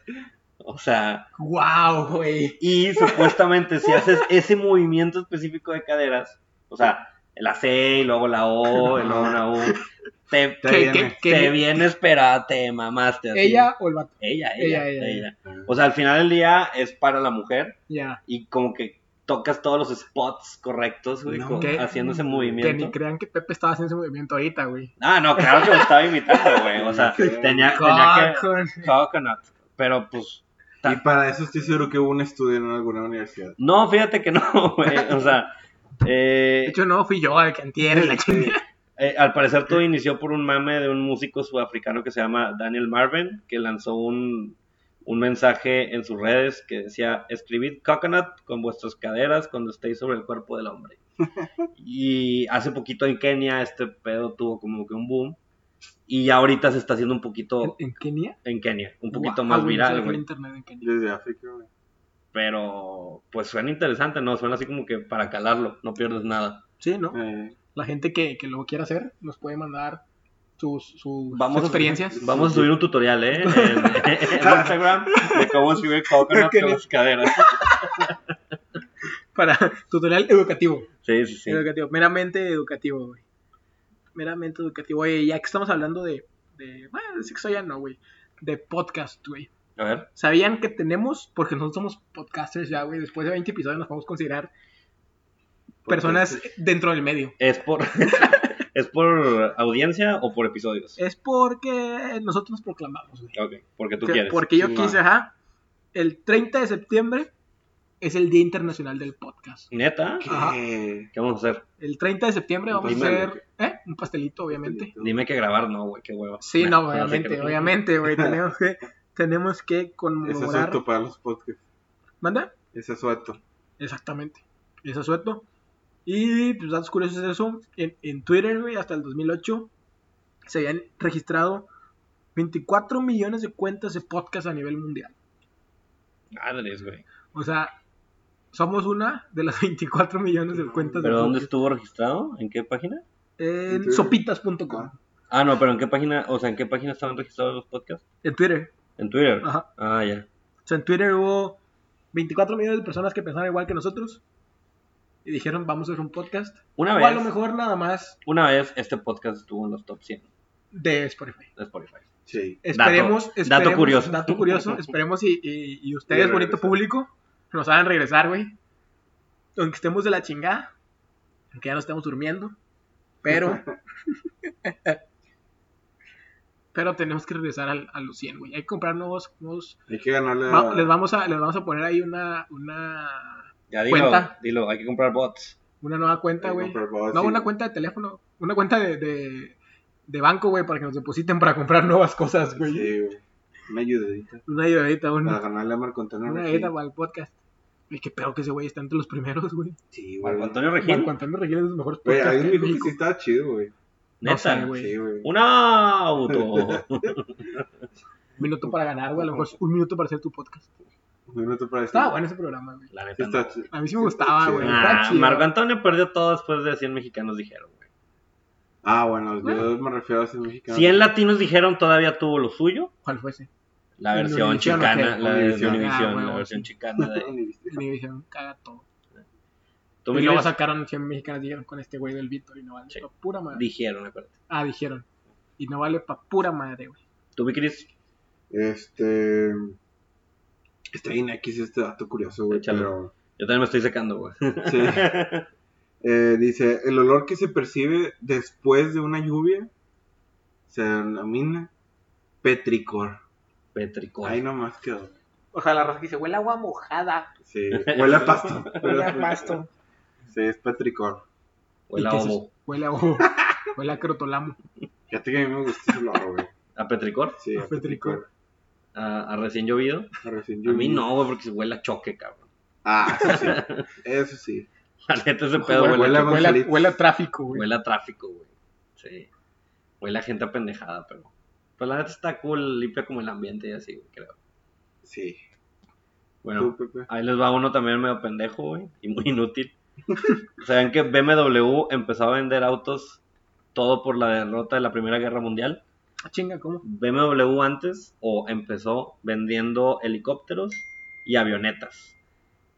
O sea,
¡Wow, güey!
y supuestamente si haces ese movimiento específico de caderas, o sea, la C y luego la O y luego la U, te,
Te
¿Qué-
viene.
qué- qué-
te viene esperada, te mamaste. así.
¿Ella o el vato?
Ella,
Ella,
ella,
ella,
ella. O sea, al final del día es para la mujer
Ya.
y como que tocas todos los spots correctos, güey,
No,
con-
que-
haciendo ese
Que ni
movimiento.
crean que Pepe estaba haciendo ese movimiento ahorita, güey.
Ah, no, claro que lo estaba imitando, güey. O sea, tenía, tenía
Cock.
que... Coconut. Pero pues... ta-
Y para eso estoy seguro que hubo un estudio en alguna universidad.
No, fíjate que no, güey. O sea...
De
Eh,
hecho, no, fui yo el que entierre la chingada.
Eh, al parecer todo inició por un mame de un músico sudafricano que se llama Daniel Marvin, que lanzó un, un mensaje en sus redes que decía, escribid coconut con vuestras caderas cuando estéis sobre el cuerpo del hombre. y hace poquito en Kenia este pedo tuvo como que un boom. Y ya ahorita se está haciendo un poquito
¿En Kenia?
en Kenia, un poquito
Guau,
más
güey, no
viral,
sabía que había
güey.
internet en Kenia.
Desde África, güey.
Pero pues suena interesante, ¿no? Suena así como que para calarlo, no pierdes nada.
Sí, ¿no?
Eh,
La gente que, que lo quiera hacer nos puede mandar sus, sus,
Vamos
sus
a-
experiencias.
Vamos a subir un tutorial, ¿eh? En, en Instagram de cómo subir coconut con las caderas.
Para tutorial educativo.
Sí, sí, sí.
Educativo. Meramente educativo, güey. Meramente educativo. Oye, ya que estamos hablando de. de bueno, de sexo ya no, güey. De podcast, güey.
A ver.
¿Sabían que tenemos, porque nosotros somos podcasters ya, güey, después de 20 episodios nos podemos considerar personas dentro del medio?
¿Es por, ¿Es por audiencia o por episodios?
Es porque nosotros nos proclamamos, güey.
Ok, porque tú
Que-
quieres.
Porque yo
Sí,
quise, ajá. El 30 de septiembre es el Día Internacional del Podcast.
¿Neta?
ah,
Ajá.
¿Qué?
¿Qué vamos a hacer?
El 30 de septiembre
Un
vamos a
pastel,
hacer ¿eh? un pastelito, obviamente.
Dime que grabar no, güey, qué hueva.
Sí,
Nah,
no,
sé
obviamente,
qué-
obviamente, güey. Tenemos que, tenemos que
Es
conmemorar.
asueto para los podcasts.
¿Manda?
Es asueto.
Exactamente. Es asueto. Y pues datos curiosos de eso. En, en Twitter, güey, hasta el 2008 se habían registrado 24 millones de cuentas de podcast a nivel mundial.
Madres, güey.
O sea, somos una de las 24 millones de cuentas
¿Pero
de
dónde
podcast.
estuvo registrado? ¿En qué página?
En sopitas.com.
Ah, no, pero ¿en qué página? O sea, ¿en qué página estaban registrados los podcasts?
En Twitter.
¿En Twitter?
Ajá.
Ah, ya.
O sea, en Twitter hubo 24 millones de personas que pensaban igual que nosotros. Y dijeron, vamos a hacer un podcast.
Una
o
vez,
a lo mejor nada más
una vez este podcast estuvo en los top 100
de Spotify.
de Spotify.
Sí.
Esperemos,
Dato- dato
esperemos,
curioso.
Dato curioso. Esperemos y, y- y ustedes,
Y
bonito
regresar.
público, nos hagan regresar, güey. Aunque estemos de la chingada, aunque ya no estemos durmiendo, pero. pero tenemos que regresar al, a los 100, güey. Hay que comprar nuevos. nuevos-
Hay que ganarle a...
va- les, vamos a, les vamos a poner ahí una, una,
Ya dilo,
Cuenta.
dilo, hay que comprar bots.
una nueva cuenta,
hay que
güey.
comprar bots
No,
y-
una cuenta de teléfono, una cuenta de, de, de banco, güey, para que nos depositen para comprar nuevas cosas, güey.
Sí, güey. Una ayudadita.
Una ayudadita, un,
Para ganarle a Marco Antonio.
Una
Regil.
edad para el podcast. Y qué pedo que ese güey está entre los primeros, güey.
Sí, güey.
Marco Antonio
Marco
Regil,
Antonio Regil es de los mejores
Güey,
podcasts
alguien
de
dijo que sí
México.
estaba chido, güey.
No
neta.
sé, güey.
Sí, güey.
un auto.
Un minuto para ganar, güey. A lo mejor es un minuto para hacer tu podcast.
Un minuto para decir.
Estaba bueno ese programa, güey.
La
Sí
neta.
está
no.
chido.
A mí sí me
Sí,
gustaba,
sí.
güey.
Ah,
Está chido.
Marco Antonio perdió todo después de 100 mexicanos dijeron, güey.
Ah, bueno, yo me refiero a ese mexicano.
100 latinos dijeron todavía tuvo lo suyo.
¿Cuál fue ese?
La
El
versión
Univision,
chicana,
ok.
la de
Univision.
Univision,
Ah,
la
huevo,
versión
sí.
chicana de...
Y me dijeron, caga todo.
¿Tú
y
me
luego
crees?
sacaron 100 mexicanos dijeron con este güey del Víctor y no vale
Sí.
pa' pura madre.
Dijeron, acuérdate.
Ah, dijeron. Y no vale pa' pura madre, güey.
¿Tú me crees?
Este. Está bien X este dato curioso, güey.
Échalo.
Pero.
Yo también me estoy sacando, güey.
Sí. Eh, dice, el olor que se percibe después de una lluvia se denomina petricor.
Petricor.
Ahí nomás quedó.
Ojalá la raza que dice, huele a agua mojada.
Sí, huele a pasto.
Huele a pasto.
Sí, es petricor.
Huele a
¿Y qué es eso?
ovo.
Huele a ojo. Huele a crotolamo.
Fíjate que a mí me gusta ese olor, güey.
¿A petricor?
Sí, a petricor.
¿A, a recién llovido?
A recién
A mí
llovido.
no, güey, porque se huele a choque, cabrón.
Ah, eso sí. Eso sí.
La neta ese pedo
Huele-
huele,
huele
a choque.
Huele
a
a,
Gonzalitos.
huele a tráfico, güey.
Huele a tráfico, güey. Sí. Huele a gente apendejada, pero. Pues la neta está cool, limpia como el ambiente y así, güey, creo.
Sí.
Bueno,
Tú, Pepe.
ahí les va uno también medio pendejo, güey, y muy inútil. ¿Saben que BMW empezó a vender autos todo por la derrota de la Primera Guerra Mundial?
Ah, Chinga, ¿cómo?
BMW antes o empezó vendiendo helicópteros y avionetas.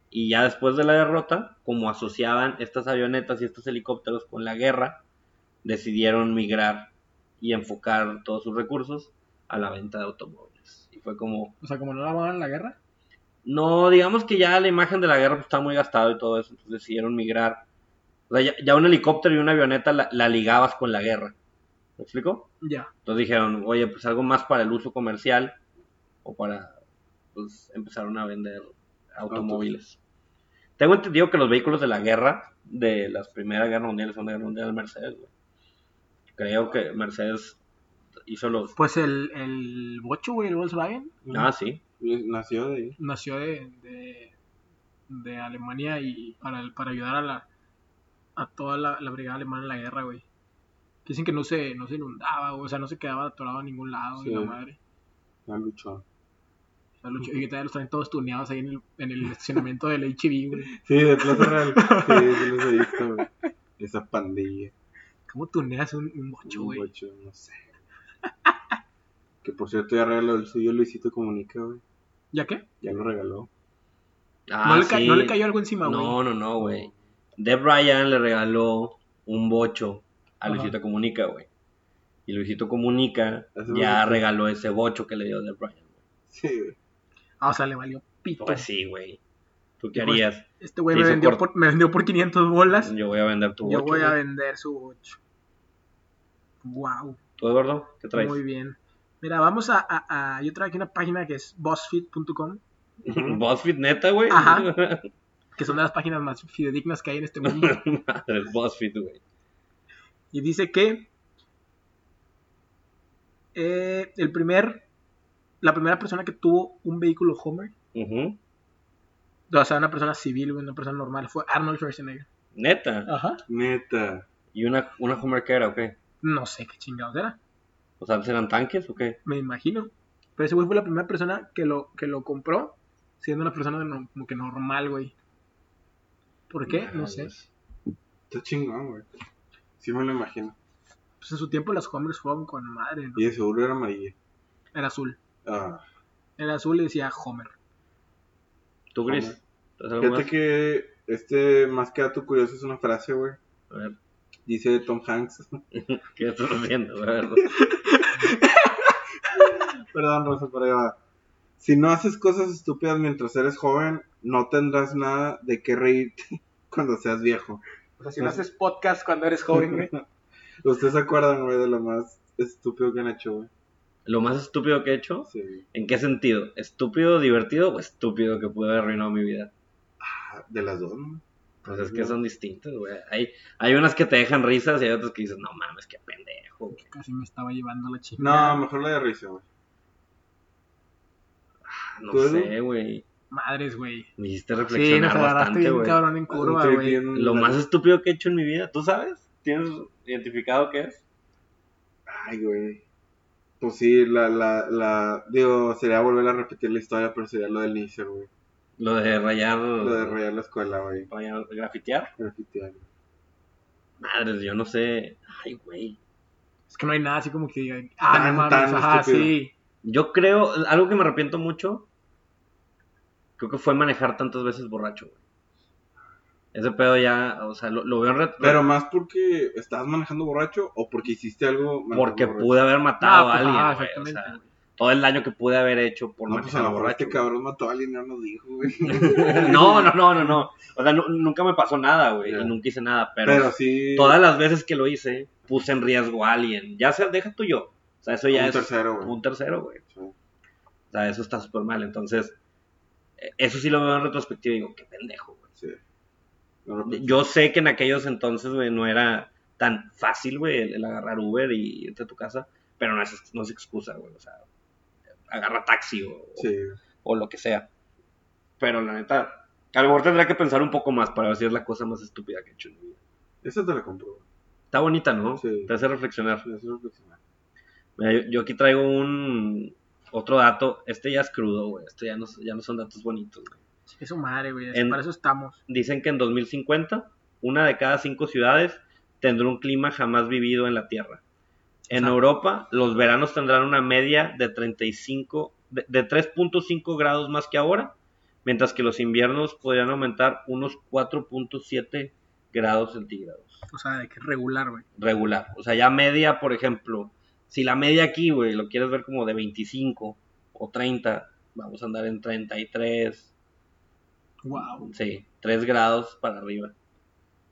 Y ya después de la derrota, como asociaban estas avionetas y estos helicópteros con la guerra, decidieron migrar y enfocar todos sus recursos a la venta de automóviles. Y fue como,
O sea, como no la van a la guerra.
no, digamos que ya la imagen de la guerra pues, está muy gastada y todo eso, entonces decidieron migrar. O sea, ya, ya un helicóptero y una avioneta la, la ligabas con la guerra. ¿Me explico?
Ya.
Entonces dijeron, oye, pues algo más para el uso comercial o para, pues empezaron a vender automóviles. Tengo entendido que los vehículos de la guerra, de las primeras guerras mundiales, son de guerra mundial Mercedes, güey. Creo que Mercedes hizo los...
Pues el, el bocho, güey, el Volkswagen,
Ah, sí.
Nació de ahí.
nació de, de, de Alemania y para, para ayudar a la a toda la, la brigada alemana en la guerra, güey. Dicen que no se, no se inundaba, güey, o sea, no se quedaba atorado a ningún lado, y
Sí.
la madre.
La luchó.
O sea, lucho- y que todavía los traen todos tuneados ahí en el, en el estacionamiento del HIV, güey.
Sí, de Plaza Real. Sí, sí los he visto, güey. Esa pandilla.
¿Cómo tuneas un, un bocho,
Un
güey?
bocho, no sé. Que por cierto ya regaló el suyo Luisito Comunica, güey.
¿Ya qué?
Ya lo regaló.
Ah,
no, le ca-
sí.
no le cayó algo encima, güey.
No, no, no, güey. Deb Ryan le regaló un bocho a
Ajá.
Luisito Comunica, güey. Y Luisito Comunica
Eso me
ya
gusta.
regaló ese bocho que le dio Deb Ryan.
Sí, güey.
Ah, o sea, le valió pito.
Pues sí, güey. ¿Tú qué
Pues,
harías?
este güey
se
me,
hizo
vendió
corto.
por- me vendió por 500 bolas.
Yo voy a vender tu
Yo
bocho,
voy a
güey.
vender su 8. Wow,
¿Tú, Eduardo? ¿Qué traes?
muy bien. Mira, vamos a, a- a- Yo traigo aquí una página que es BuzzFeed.com,
BuzzFeed, neta, güey.
Ajá. que son de las páginas más fidedignas que hay en este mundo.
Madre, BuzzFeed, güey.
Y dice que. eh, el primer. La primera persona que tuvo un vehículo Homer,
Ujú.
o sea, una persona civil, güey, una persona normal, fue Arnold Schwarzenegger.
Neta.
Ajá.
Neta.
¿Y una, una Homer que era o qué?
No sé qué chingados era,
O sea, ¿eran tanques o qué?
me imagino. Pero ese güey fue la primera persona que lo, que lo compró, siendo una persona no- como que normal, güey. ¿Por qué? No sé.
Madres.
Está chingón, güey. Sí me lo imagino.
Pues en su tiempo las Homers fueron con madre, ¿no?
Y de seguro era amarilla.
Era azul.
Ah.
Era azul y decía Homer.
¿Tú, Gris?
Homer.
¿Traes algo
Fíjate
más?
que este más que dato curioso es una frase, güey.
A ver,
Dice Tom Hanks.
¿qué estás haciendo? A ver. pues,
Perdón, Rosa, pero ahí va. Si no haces cosas estúpidas mientras eres joven, no tendrás nada de qué reírte cuando seas viejo.
O sea,
si no haces
podcast cuando eres
¿Ustedes se acuerdan, güey, de lo más estúpido que han hecho, güey?
Lo más estúpido que he hecho,
Sí, güey.
¿en qué sentido? ¿Estúpido, divertido o estúpido que pudo haber arruinado mi vida?
Ah, De las dos, ¿no?
Pues es que son distintas, güey. Hay, hay unas que te dejan risas y hay otras que dices, no mames, qué pendejo, güey.
Casi me estaba llevando la chingada.
No, mejor la de risa, güey.
Ah, No
Pues,
¿Tú, Edu?
sé, güey.
Madres, güey.
Me hiciste
Sí,
reflexionar
nos agarraste
bastante,
bien
güey.
cabrón en curva,
Un
güey.
trip bien-
Lo más estúpido que he hecho en mi vida, ¿tú sabes? ¿Tienes identificado qué es?
Ay, güey. Pues sí, la, la, la... Digo, sería volver a repetir la historia, pero sería lo del inicio, güey.
Lo de rayar,
Lo de rayar la escuela, güey.
rayar- grafitear.
Grafitear.
Madres, yo no sé. Ay, güey.
Es que no hay nada así como que diga, ah,
Tan,
no mames,
tan
ajá,
estúpido.
sí.
Yo creo, algo que me arrepiento mucho, creo que fue manejar tantas veces borracho, güey. Ese pedo ya, o sea, lo, lo veo en ret-
Pero más porque estabas manejando borracho o porque hiciste algo manejando
porque
borracho?
pude haber matado
Ah,
a
pues,
alguien, güey,
ah,
o sea,
exactamente, güey.
todo el daño que pude haber hecho por
No,
manejar
pues a lo mejor
borracho,
este cabrón mató a alguien y no nos dijo, güey.
güey. No, no, no, no, no. O sea, nu- nunca me pasó nada, güey.
Ya.
Y nunca hice nada. Pero,
Pero sí.
todas las veces que lo hice, puse en riesgo a alguien. Ya sea, deja tú yo. O sea, eso ya
un
es
tercero, güey.
un tercero, güey.
Sí.
O sea, eso está súper mal. Entonces, eh, eso sí lo veo en retrospectiva y digo, qué pendejo, güey.
Sí. No lo pensé.
Yo sé que en aquellos entonces, güey, no era tan fácil, güey, el, el agarrar Uber y irte a tu casa, pero no es, no es excusa, güey. O sea, agarra taxi o,
Sí.
o lo que sea. Pero la neta, a lo mejor tendría que pensar un poco más para ver si es la cosa más estúpida que he hecho en mi vida.
Eso te lo compro.
Está bonita, ¿no?
Sí.
Te hace reflexionar.
güey. Eso es lo que se me-
Mira, yo, yo aquí traigo un otro dato. Este ya es crudo, güey. Este ya no, ya no son datos bonitos. güey.
Es su madre, güey.
En-
Para eso estamos.
Dicen que en 2050, una de cada cinco ciudades tendrá un clima jamás vivido en la Tierra. En
O sea-
Europa, los veranos tendrán una media de 35, de, de 3.5 grados más que ahora, mientras que los inviernos podrían aumentar unos 4.7 grados centígrados.
O sea, de que es regular, güey.
regular. O sea, ya media, por ejemplo, si la media aquí, güey, lo quieres ver como de 25 o 30, vamos a andar en 33,
Wow.
sí, 3 grados para arriba.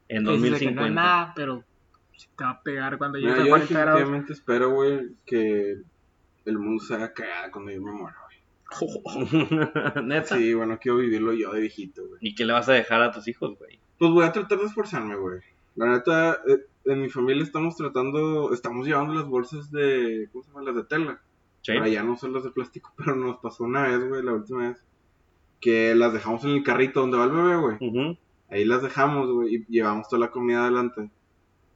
En 2050.
No es nada, pero sí te va a pegar cuando llegues
Mira,
a
yo
40 grados.
definitivamente espero, güey, que el mundo se haga cagada cuando yo me muera, güey.
Neta.
Sí, bueno, quiero vivirlo yo de viejito, güey.
¿Y qué le vas a dejar a tus hijos, güey?
Pues voy a tratar de esforzarme, güey. La neta, eh, en mi familia estamos tratando, estamos llevando las bolsas de, ¿cómo se llama? Las de tela.
Sí.
Para Ah, ya no usar las de plástico, pero nos pasó una vez, güey, la última vez. Que las dejamos en el carrito donde va el bebé, güey.
Ujú.
Ahí las dejamos, güey, y llevamos toda la comida adelante.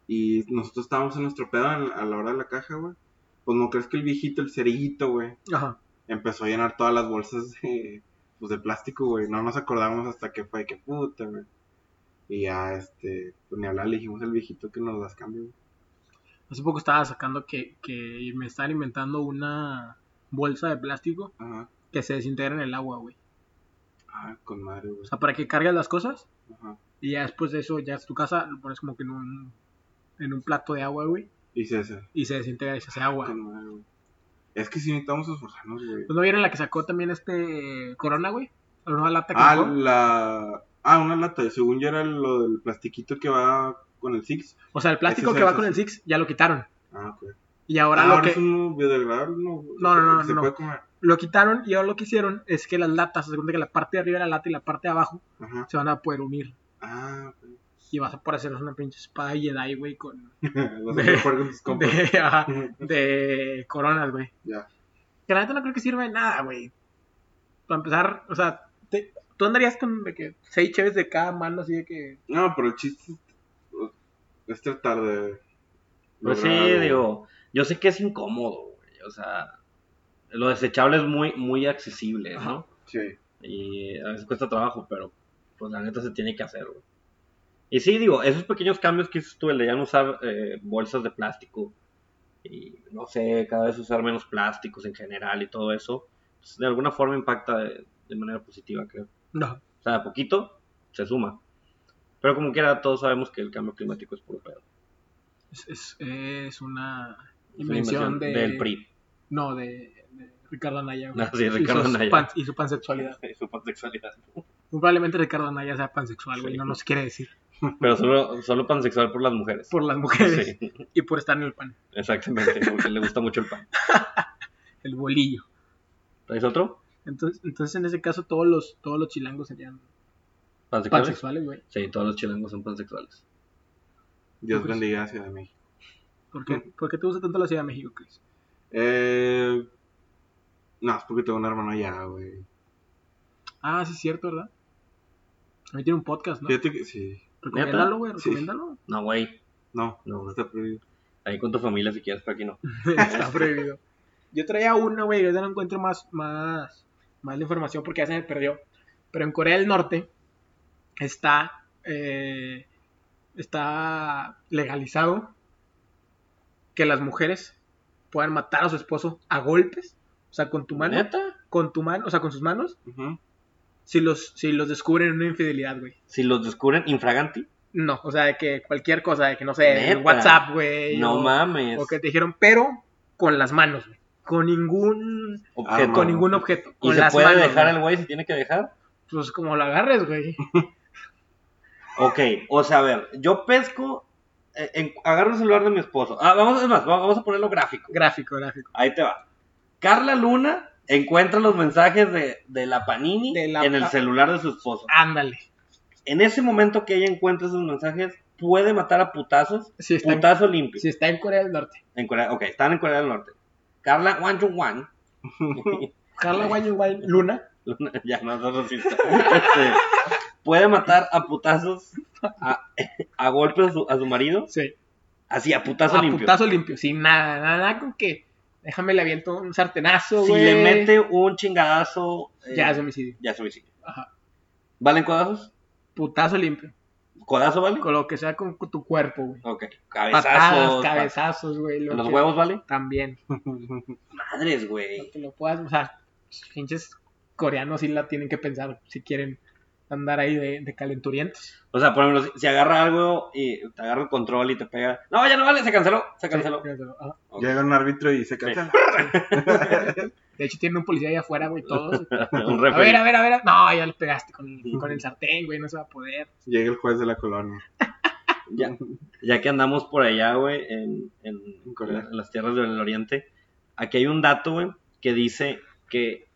Y nosotros estábamos en nuestro pedo en- a la hora de la caja, güey. Pues no crees que el viejito, el cerillito, güey,
Ajá.
empezó a llenar todas las bolsas de, pues, de plástico, güey. No nos acordamos hasta que fue, que puta, güey. Y ya, este, pues ni hablar, le dijimos al viejito que nos las cambie, güey.
Hace poco estaba sacando que, que me estaban inventando una bolsa de plástico
Ajá,
que se desintegra en el agua, güey.
ah, con madre,
O
güey.
sea, para que cargues las cosas
Ajá.
y ya después de eso, ya es tu casa, lo pones como que en un, en un plato de agua, güey,
Y César,
y se desintegra y se hace agua.
con madre, güey. Es que sí necesitamos esforzarnos, güey.
¿Pues ¿No vieron la que sacó también este Corona, güey? La nueva lata que
Ah,
sacó.
la... Ah, una lata. Según yo era lo del plastiquito que va con el Six.
O sea, el plástico
ese
que
es
va
el-
con el Six ya lo quitaron.
Ah, ok.
Y ahora,
Ah,
lo,
ahora
que,
es un biodegradable, ¿no?
No, no, no,
Que Se
no.
puede comer.
lo quitaron y ahora lo que hicieron es que las latas, se cuenta que la parte de arriba de la lata y la parte de abajo
Ajá.
se van a poder unir.
Ah, ok.
Y vas a poder hacer una pinche espada Jedi, güey, con...
Lo sé que jugar con tus compas.
De, ajá, de coronas, güey.
Ya.
Que la neta no creo que sirva de nada, güey. Para empezar, o sea, te- tú andarías con de que seis cheves de cada mano, así de que.
No, pero el chiste es- es tratar de...
Pues sí,
lograr algo.
digo, yo sé que es incómodo, güey. O sea, lo desechable es muy, muy accesible, ¿no?
Ajá.
Sí.
Y a veces cuesta trabajo, pero pues la neta se tiene que hacer, güey. Y sí, digo, esos pequeños cambios que hiciste tú, el de ya no usar eh, bolsas de plástico y no sé, cada vez usar menos plásticos en general y todo eso, pues, de alguna forma impacta de, de manera positiva, creo.
No.
O sea, de a poquito se suma. Pero como quiera, todos sabemos que el cambio climático es puro pedo.
Es, es, es una
Es una
invención de,
del PRI.
No, de, de Ricardo Anaya, güey.
Ah, sí, Ricardo
y su, su
Anaya.
pan- y su pansexualidad.
Y su pansexualidad.
Muy Probablemente Ricardo Anaya sea pansexual, güey.
Sí.
No nos quiere decir.
Pero solo, solo pansexual por las mujeres.
Por las mujeres
Sí,
y por estar en el pan.
exactamente, porque le gusta mucho el pan.
El bolillo.
¿Traes otro?
Entonces, entonces en ese caso, todos los, todos los chilangos serían
¿Pansexuales?
pansexuales, güey.
Sí, todos los chilangos son pansexuales.
Dios
Pues-
bendiga a Ciudad de México.
¿Por qué, ¿Por qué te gusta tanto la Ciudad de México, Chris?
Eh... No, es porque tengo un hermano allá, güey.
Ah, sí, es cierto, ¿verdad? También tiene un podcast, ¿no?
Fíjate que... Sí.
Recomiéndalo, güey,
Sí.
recomiéndalo.
No, güey.
No,
No, güey.
está prohibido.
Ahí con tu familia si quieres, pero aquí no.
Está prohibido. Yo traía una, güey, ahorita no encuentro más, más, más la información porque ya se me perdió. Pero en Corea del Norte está, eh, está legalizado que las mujeres puedan matar a su esposo a golpes, o sea, con tu mano,
¿Neta?
con tu mano, o sea, con sus manos,
Ujú.
si los, si los descubren en una infidelidad, güey.
Si los descubren infraganti,
No, o sea, de que cualquier cosa, de que no sé, el
Neta.
WhatsApp, güey.
no
Eh, o-
mames.
O que te dijeron, pero con las manos, güey. con ningún
Objeto.
con
Arma.
ningún objeto.
¿Y
con
se
las
puede
manos,
dejar
güey.
el güey si tiene que dejar?
Pues como lo agarres, güey.
Ok, o sea, a ver, yo pesco, eh, en- agarro el celular de mi esposo. Ah, vamos, es más, va- vamos a ponerlo gráfico.
Gráfico, gráfico.
Ahí te va. Carla Luna encuentra los mensajes de, de la Panini
De la
en el
pa-
celular de su esposo.
Ándale.
En ese momento que ella encuentra esos mensajes, puede matar a putazos.
Si está, en,
Putazo limpio.
si está en Corea del Norte.
En Corea, ok, están en Corea del Norte. Carla Wang Chung Wang.
Carla Guay igual Luna.
Luna, ya no sos racista. Este, puede matar a putazos, a, a golpes a su, a su marido.
Sí.
Así, a putazo
A
limpio.
putazo limpio. Sin nada, nada, nada con que déjame le aviento un sartenazo,
si
güey.
le mete un chingadazo, eh,
Ya es homicidio.
ya es homicidio.
Ajá.
¿Valen codazos?
Putazo limpio.
¿Codazo vale?
Con lo que sea con tu cuerpo, güey.
Ok.
Patadas,
Cabezazos. pa-
cabezazos, güey. lo
¿Los
que-
huevos vale?
También.
Madres,
Lo
güey.
que lo puedas, o sea, pinches coreanos sí la tienen que pensar si quieren andar ahí de, de calenturientos.
O sea, por ejemplo, si- si agarra algo y te agarra el control y te pega. No, ya no vale, se canceló, se canceló.
Sí, pero, ajá.
Ok.
Llega un árbitro y se cancela.
De hecho, tiene un policía ahí afuera, güey, todos.
un
A ver,
referee.
a ver, a ver. No, ya le pegaste con el, con el sartén, güey, no se va a poder.
Llega el juez de la colonia.
Ya, ya que andamos por allá, güey, en, en,
En Corea.
en las tierras del Oriente, aquí hay un dato, güey, que dice que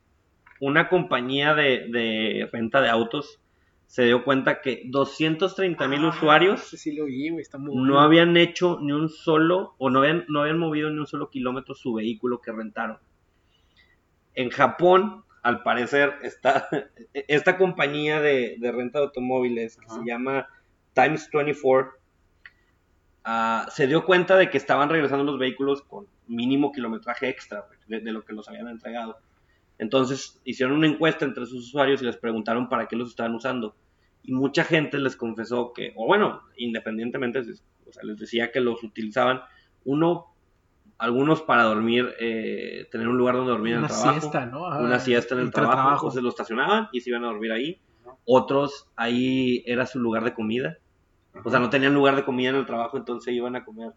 una compañía de, de renta de autos se dio cuenta que 230 mil
Ah.
Sí,
usuarios
Ah, sí lo vi, güey, está muy bueno.
no habían hecho ni un solo, o no habían, no habían movido ni un solo kilómetro su vehículo que rentaron. En Japón, al parecer, está esta compañía de, de renta de automóviles que
Ajá.
se llama Times 24 ah, se dio cuenta de que estaban regresando los vehículos con mínimo kilometraje extra güey, de, de lo que los habían entregado. Entonces hicieron una encuesta entre sus usuarios y les preguntaron para qué los estaban usando. Y mucha gente les confesó que, o bueno, independientemente, o sea, les decía que los utilizaban, uno, algunos para dormir, eh, tener un lugar donde dormir en
Una
el trabajo
siesta, ¿no? Ah,
una siesta en el
entre
trabajo, pues, entonces lo estacionaban y se iban a dormir ahí. Otros, ahí era su lugar de comida. O sea, no tenían lugar de comida en el trabajo, entonces iban a comer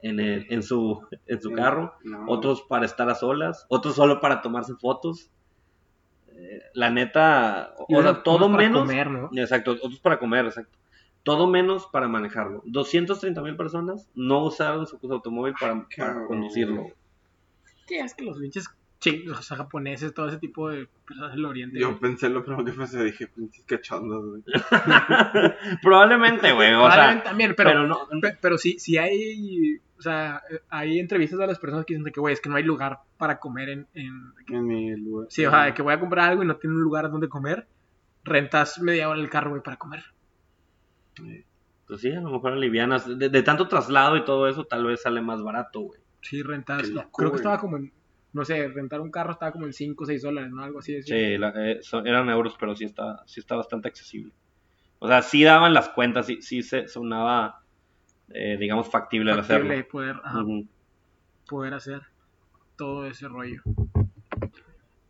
en, el- en su, en su carro.
No.
Otros para estar a solas, otros solo para tomarse fotos. Eh, la neta, o-
Y
o sea,
unos-
todo
unos para
menos.
comer, ¿no?
Exacto, otros para comer, exacto. Todo menos para manejarlo. 230 mil personas no usaron su automóvil para, para
cabrón.
conducirlo.
¿Qué es que los pinches chinos, o sea, japoneses, todo ese tipo de personas del oriente?
Yo
güey?
pensé lo primero que pensé, dije, pinches cachondos, güey.
Probablemente, güey. O
Probablemente
sea,
también, pero,
pero no,
Pe- Pero sí, sí hay, o sea, eh, hay entrevistas a las personas que dicen de que, güey, es que no hay lugar para comer en, en-
En mi lugar.
Sí, o sea, de que voy a comprar algo y no tiene un lugar donde comer, rentas media hora el carro, güey, para comer.
Pues sí, a lo mejor livianas. De, de tanto traslado y todo eso, tal vez sale más barato, güey.
Sí, rentas,
Qué loco,
creo que
güey.
estaba como en, no sé, rentar un carro estaba como en 5 o 6 dólares, ¿no? Algo así. de-
Sí, la- eh, so- eran euros, pero sí está, sí está bastante accesible. O sea, sí daban las cuentas, sí, sí se sonaba, eh, digamos, factible, el
factible
hacerlo.
poder, ajá,
Ujú.
poder hacer todo ese rollo.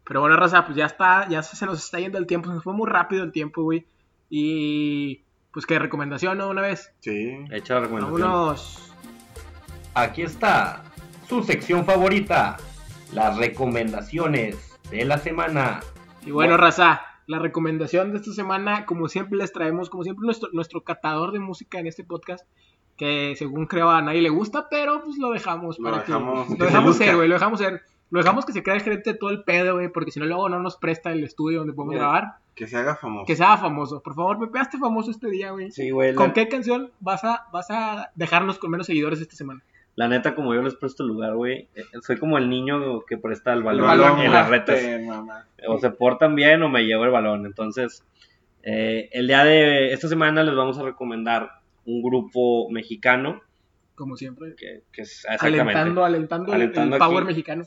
Pero bueno, raza, pues ya está, ya se, se nos está yendo el tiempo, se nos fue muy rápido el tiempo, güey. Y pues qué recomendación, ¿no? Una vez.
Sí.
Hecha la recomendación.
Vámonos.
Aquí está su sección favorita, las recomendaciones de la semana.
Y bueno, raza, la recomendación de esta semana, como siempre les traemos, como siempre, nuestro, nuestro catador de música en este podcast, que según creo a nadie le gusta, pero pues lo dejamos
Lo
para
dejamos-
que...
que
Lo
se
dejamos ser,
luzca.
güey, lo dejamos ser. Lo dejamos que se crea el gerente de todo el pedo, güey, porque si no luego no nos presta el estudio donde podemos
Mira.
grabar.
Que se haga famoso.
Que sea famoso. Por favor, Pepe, hazte famoso este día, güey.
Sí, güey.
¿Con
La,
qué canción vas a, vas a dejarnos con menos seguidores esta semana?
la neta, como yo les presto el lugar, güey, eh, soy como el niño que presta el balón, ah,
balón,
en
güey.
las retas.
Te mamá.
o se portan bien o me llevo el balón. Entonces, eh, el día de esta semana les vamos a recomendar un grupo mexicano
Como siempre.
que, que es- exactamente,
Alentando, alentando, el-
Alentando
el power
aquí.
mexicano.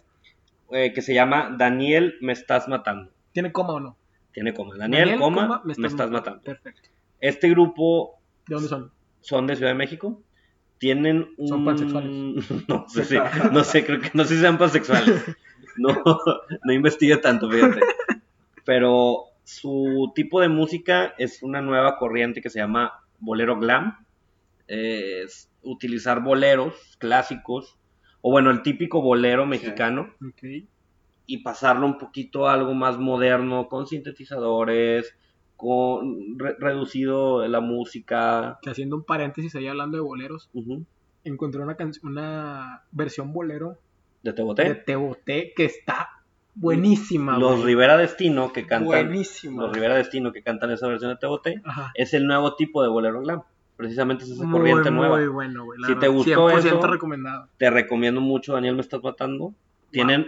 eh, que se llama Daniel Me Estás Matando.
¿Tiene coma o no?
Tiene coma. Daniel, coma, me, estás matando.
Perfecto.
Este grupo
¿De dónde son?
son de Ciudad de México. Tienen un...
Son pansexuales.
No sé, si, no sé, creo que no sé si sean pansexuales. No, no investigué tanto, fíjate. Pero su tipo de música es una nueva corriente que se llama bolero glam. Eh, es utilizar boleros clásicos o bueno, el típico bolero mexicano,
Ok.
y pasarlo un poquito a algo más moderno, con sintetizadores, con re- reducido la música.
Que haciendo un paréntesis ahí hablando de boleros,
Ujú.
encontré una, canc- una versión bolero
De
de
Teboté.
Te Boté que está buenísima,
Los
güey.
Rivera Destino que cantan.
Buenísima.
Los Rivera Destino que cantan esa versión de Teboté.
Ajá.
Es el nuevo tipo de bolero glam. Precisamente es esa
Muy,
corriente nueva.
muy bueno, güey. la
Si te
verdad,
gustó
100%
eso-
recomendado.
Te recomiendo mucho, Daniel, me estás matando. Tienen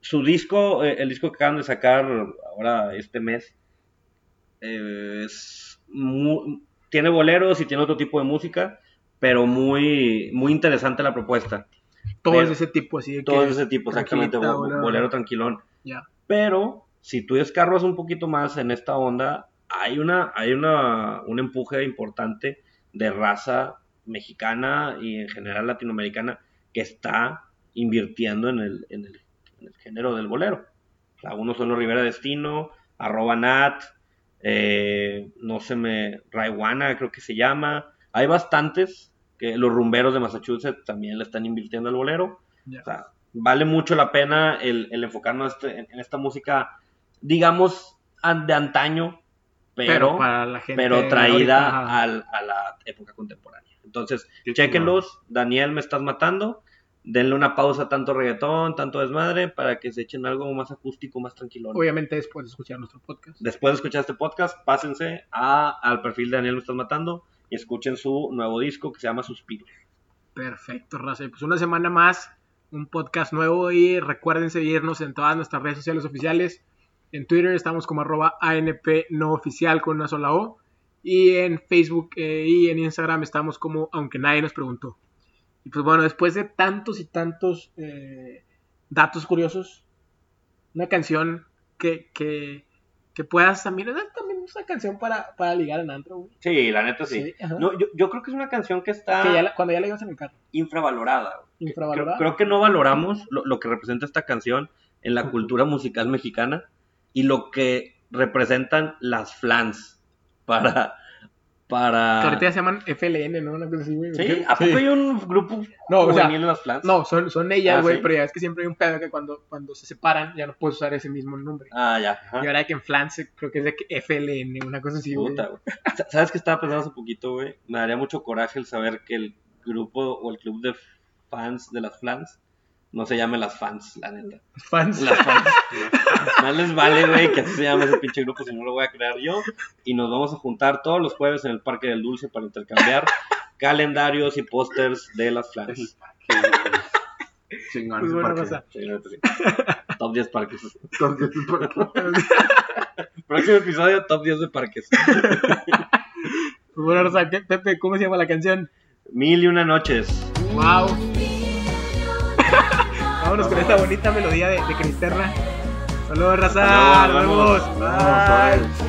su disco, eh, el disco que acaban de sacar ahora este mes, eh, es mu- tiene boleros y tiene otro tipo de música, pero muy, muy interesante la propuesta.
Todo
Pero-
es de ese tipo, así de que...
Todo ese tipo, exactamente,
tranquilita,
bo-
bolero.
bolero tranquilón.
Ya.
Pero si tú descargas un poquito más en esta onda, hay una, hay una, un empuje importante de raza mexicana y en general latinoamericana que está invirtiendo en el, en el, en el género del bolero. O sea, uno son los Rivera Destino, arroba Nat, eh, no se me, Raiwana creo que se llama. Hay bastantes que los rumberos de Massachusetts también le están invirtiendo al bolero.
Ya.
O sea, vale mucho la pena el, el enfocarnos este- en, en esta música, digamos, an- de antaño, pero,
Pero para la gente...
pero
ahorita,
traída
ajá.
al- a la época contemporánea. Entonces,
Qué
chequenlos, Daniel, me estás matando. Denle una pausa, tanto reggaetón, tanto desmadre, para que se echen algo más acústico, más tranquilo.
Obviamente después de escuchar nuestro podcast.
Después de escuchar este podcast, pásense a, al perfil de Daniel Me Estás Matando y escuchen su nuevo disco que se llama Suspiros.
Perfecto, Raza. Y Pues una semana más, un podcast nuevo y recuerden seguirnos en todas nuestras redes sociales oficiales. En Twitter estamos como arroba ANP no oficial con una sola O. Y en Facebook eh, y en Instagram estamos como aunque nadie nos preguntó. Y pues bueno, después de tantos y tantos eh, datos curiosos, una canción que, que, que puedas también, eh, también es una canción para, para ligar en antro, güey.
Sí, la neta Ah, sí.
Sí, ajá.
No, yo, yo creo que es una canción que está
Que ya la- cuando ya la llevas en el carro,
infravalorada. Creo,
infravalorada.
creo que no valoramos lo, lo que representa esta canción en la cultura musical mexicana y lo que representan las flans para... para...
Que ahorita ya se llaman FLN, ¿no? Una cosa así, güey.
Ah. Sí,
¿Qué?
¿a poco
Sí.
hay un grupo
No, o sea,
juvenil de las flans?
No, son, son ellas,
Ah,
güey,
¿sí?
pero ya es que siempre hay un pedo que cuando, cuando se separan ya no puedes usar ese mismo nombre.
Ah, ya. ajá.
Y ahora que en Flance creo que es de que FLN, una cosa así, güey.
Puta, güey. Sa- ¿Sabes qué estaba pensando hace poquito, güey? Me daría mucho coraje el saber que el grupo o el club de fans de las flans no se llame las fans, la neta.
Fans.
Las fans. Más les vale, güey, que así se llame ese pinche grupo si no lo voy a crear yo. Y nos vamos a juntar todos los jueves en el Parque del Dulce para intercambiar calendarios y pósters de las flans.
Chingón.
Pues
ese
bueno,
parque.
raza.
Sí, la neta, sí. Top 10 parques.
Entonces, ese parque.
Próximo episodio, top 10 de parques.
Pues bueno, Rosa, ¿qué- Pepe, ¿cómo se llama la canción?
Mil y una noches.
¡Wow! Vámonos con esta bonita melodía de, de Cristerna. Saludos, Raza.
Hasta luego,
Nos
nos
vemos.
vemos.
Vamos,
Bye.
órale.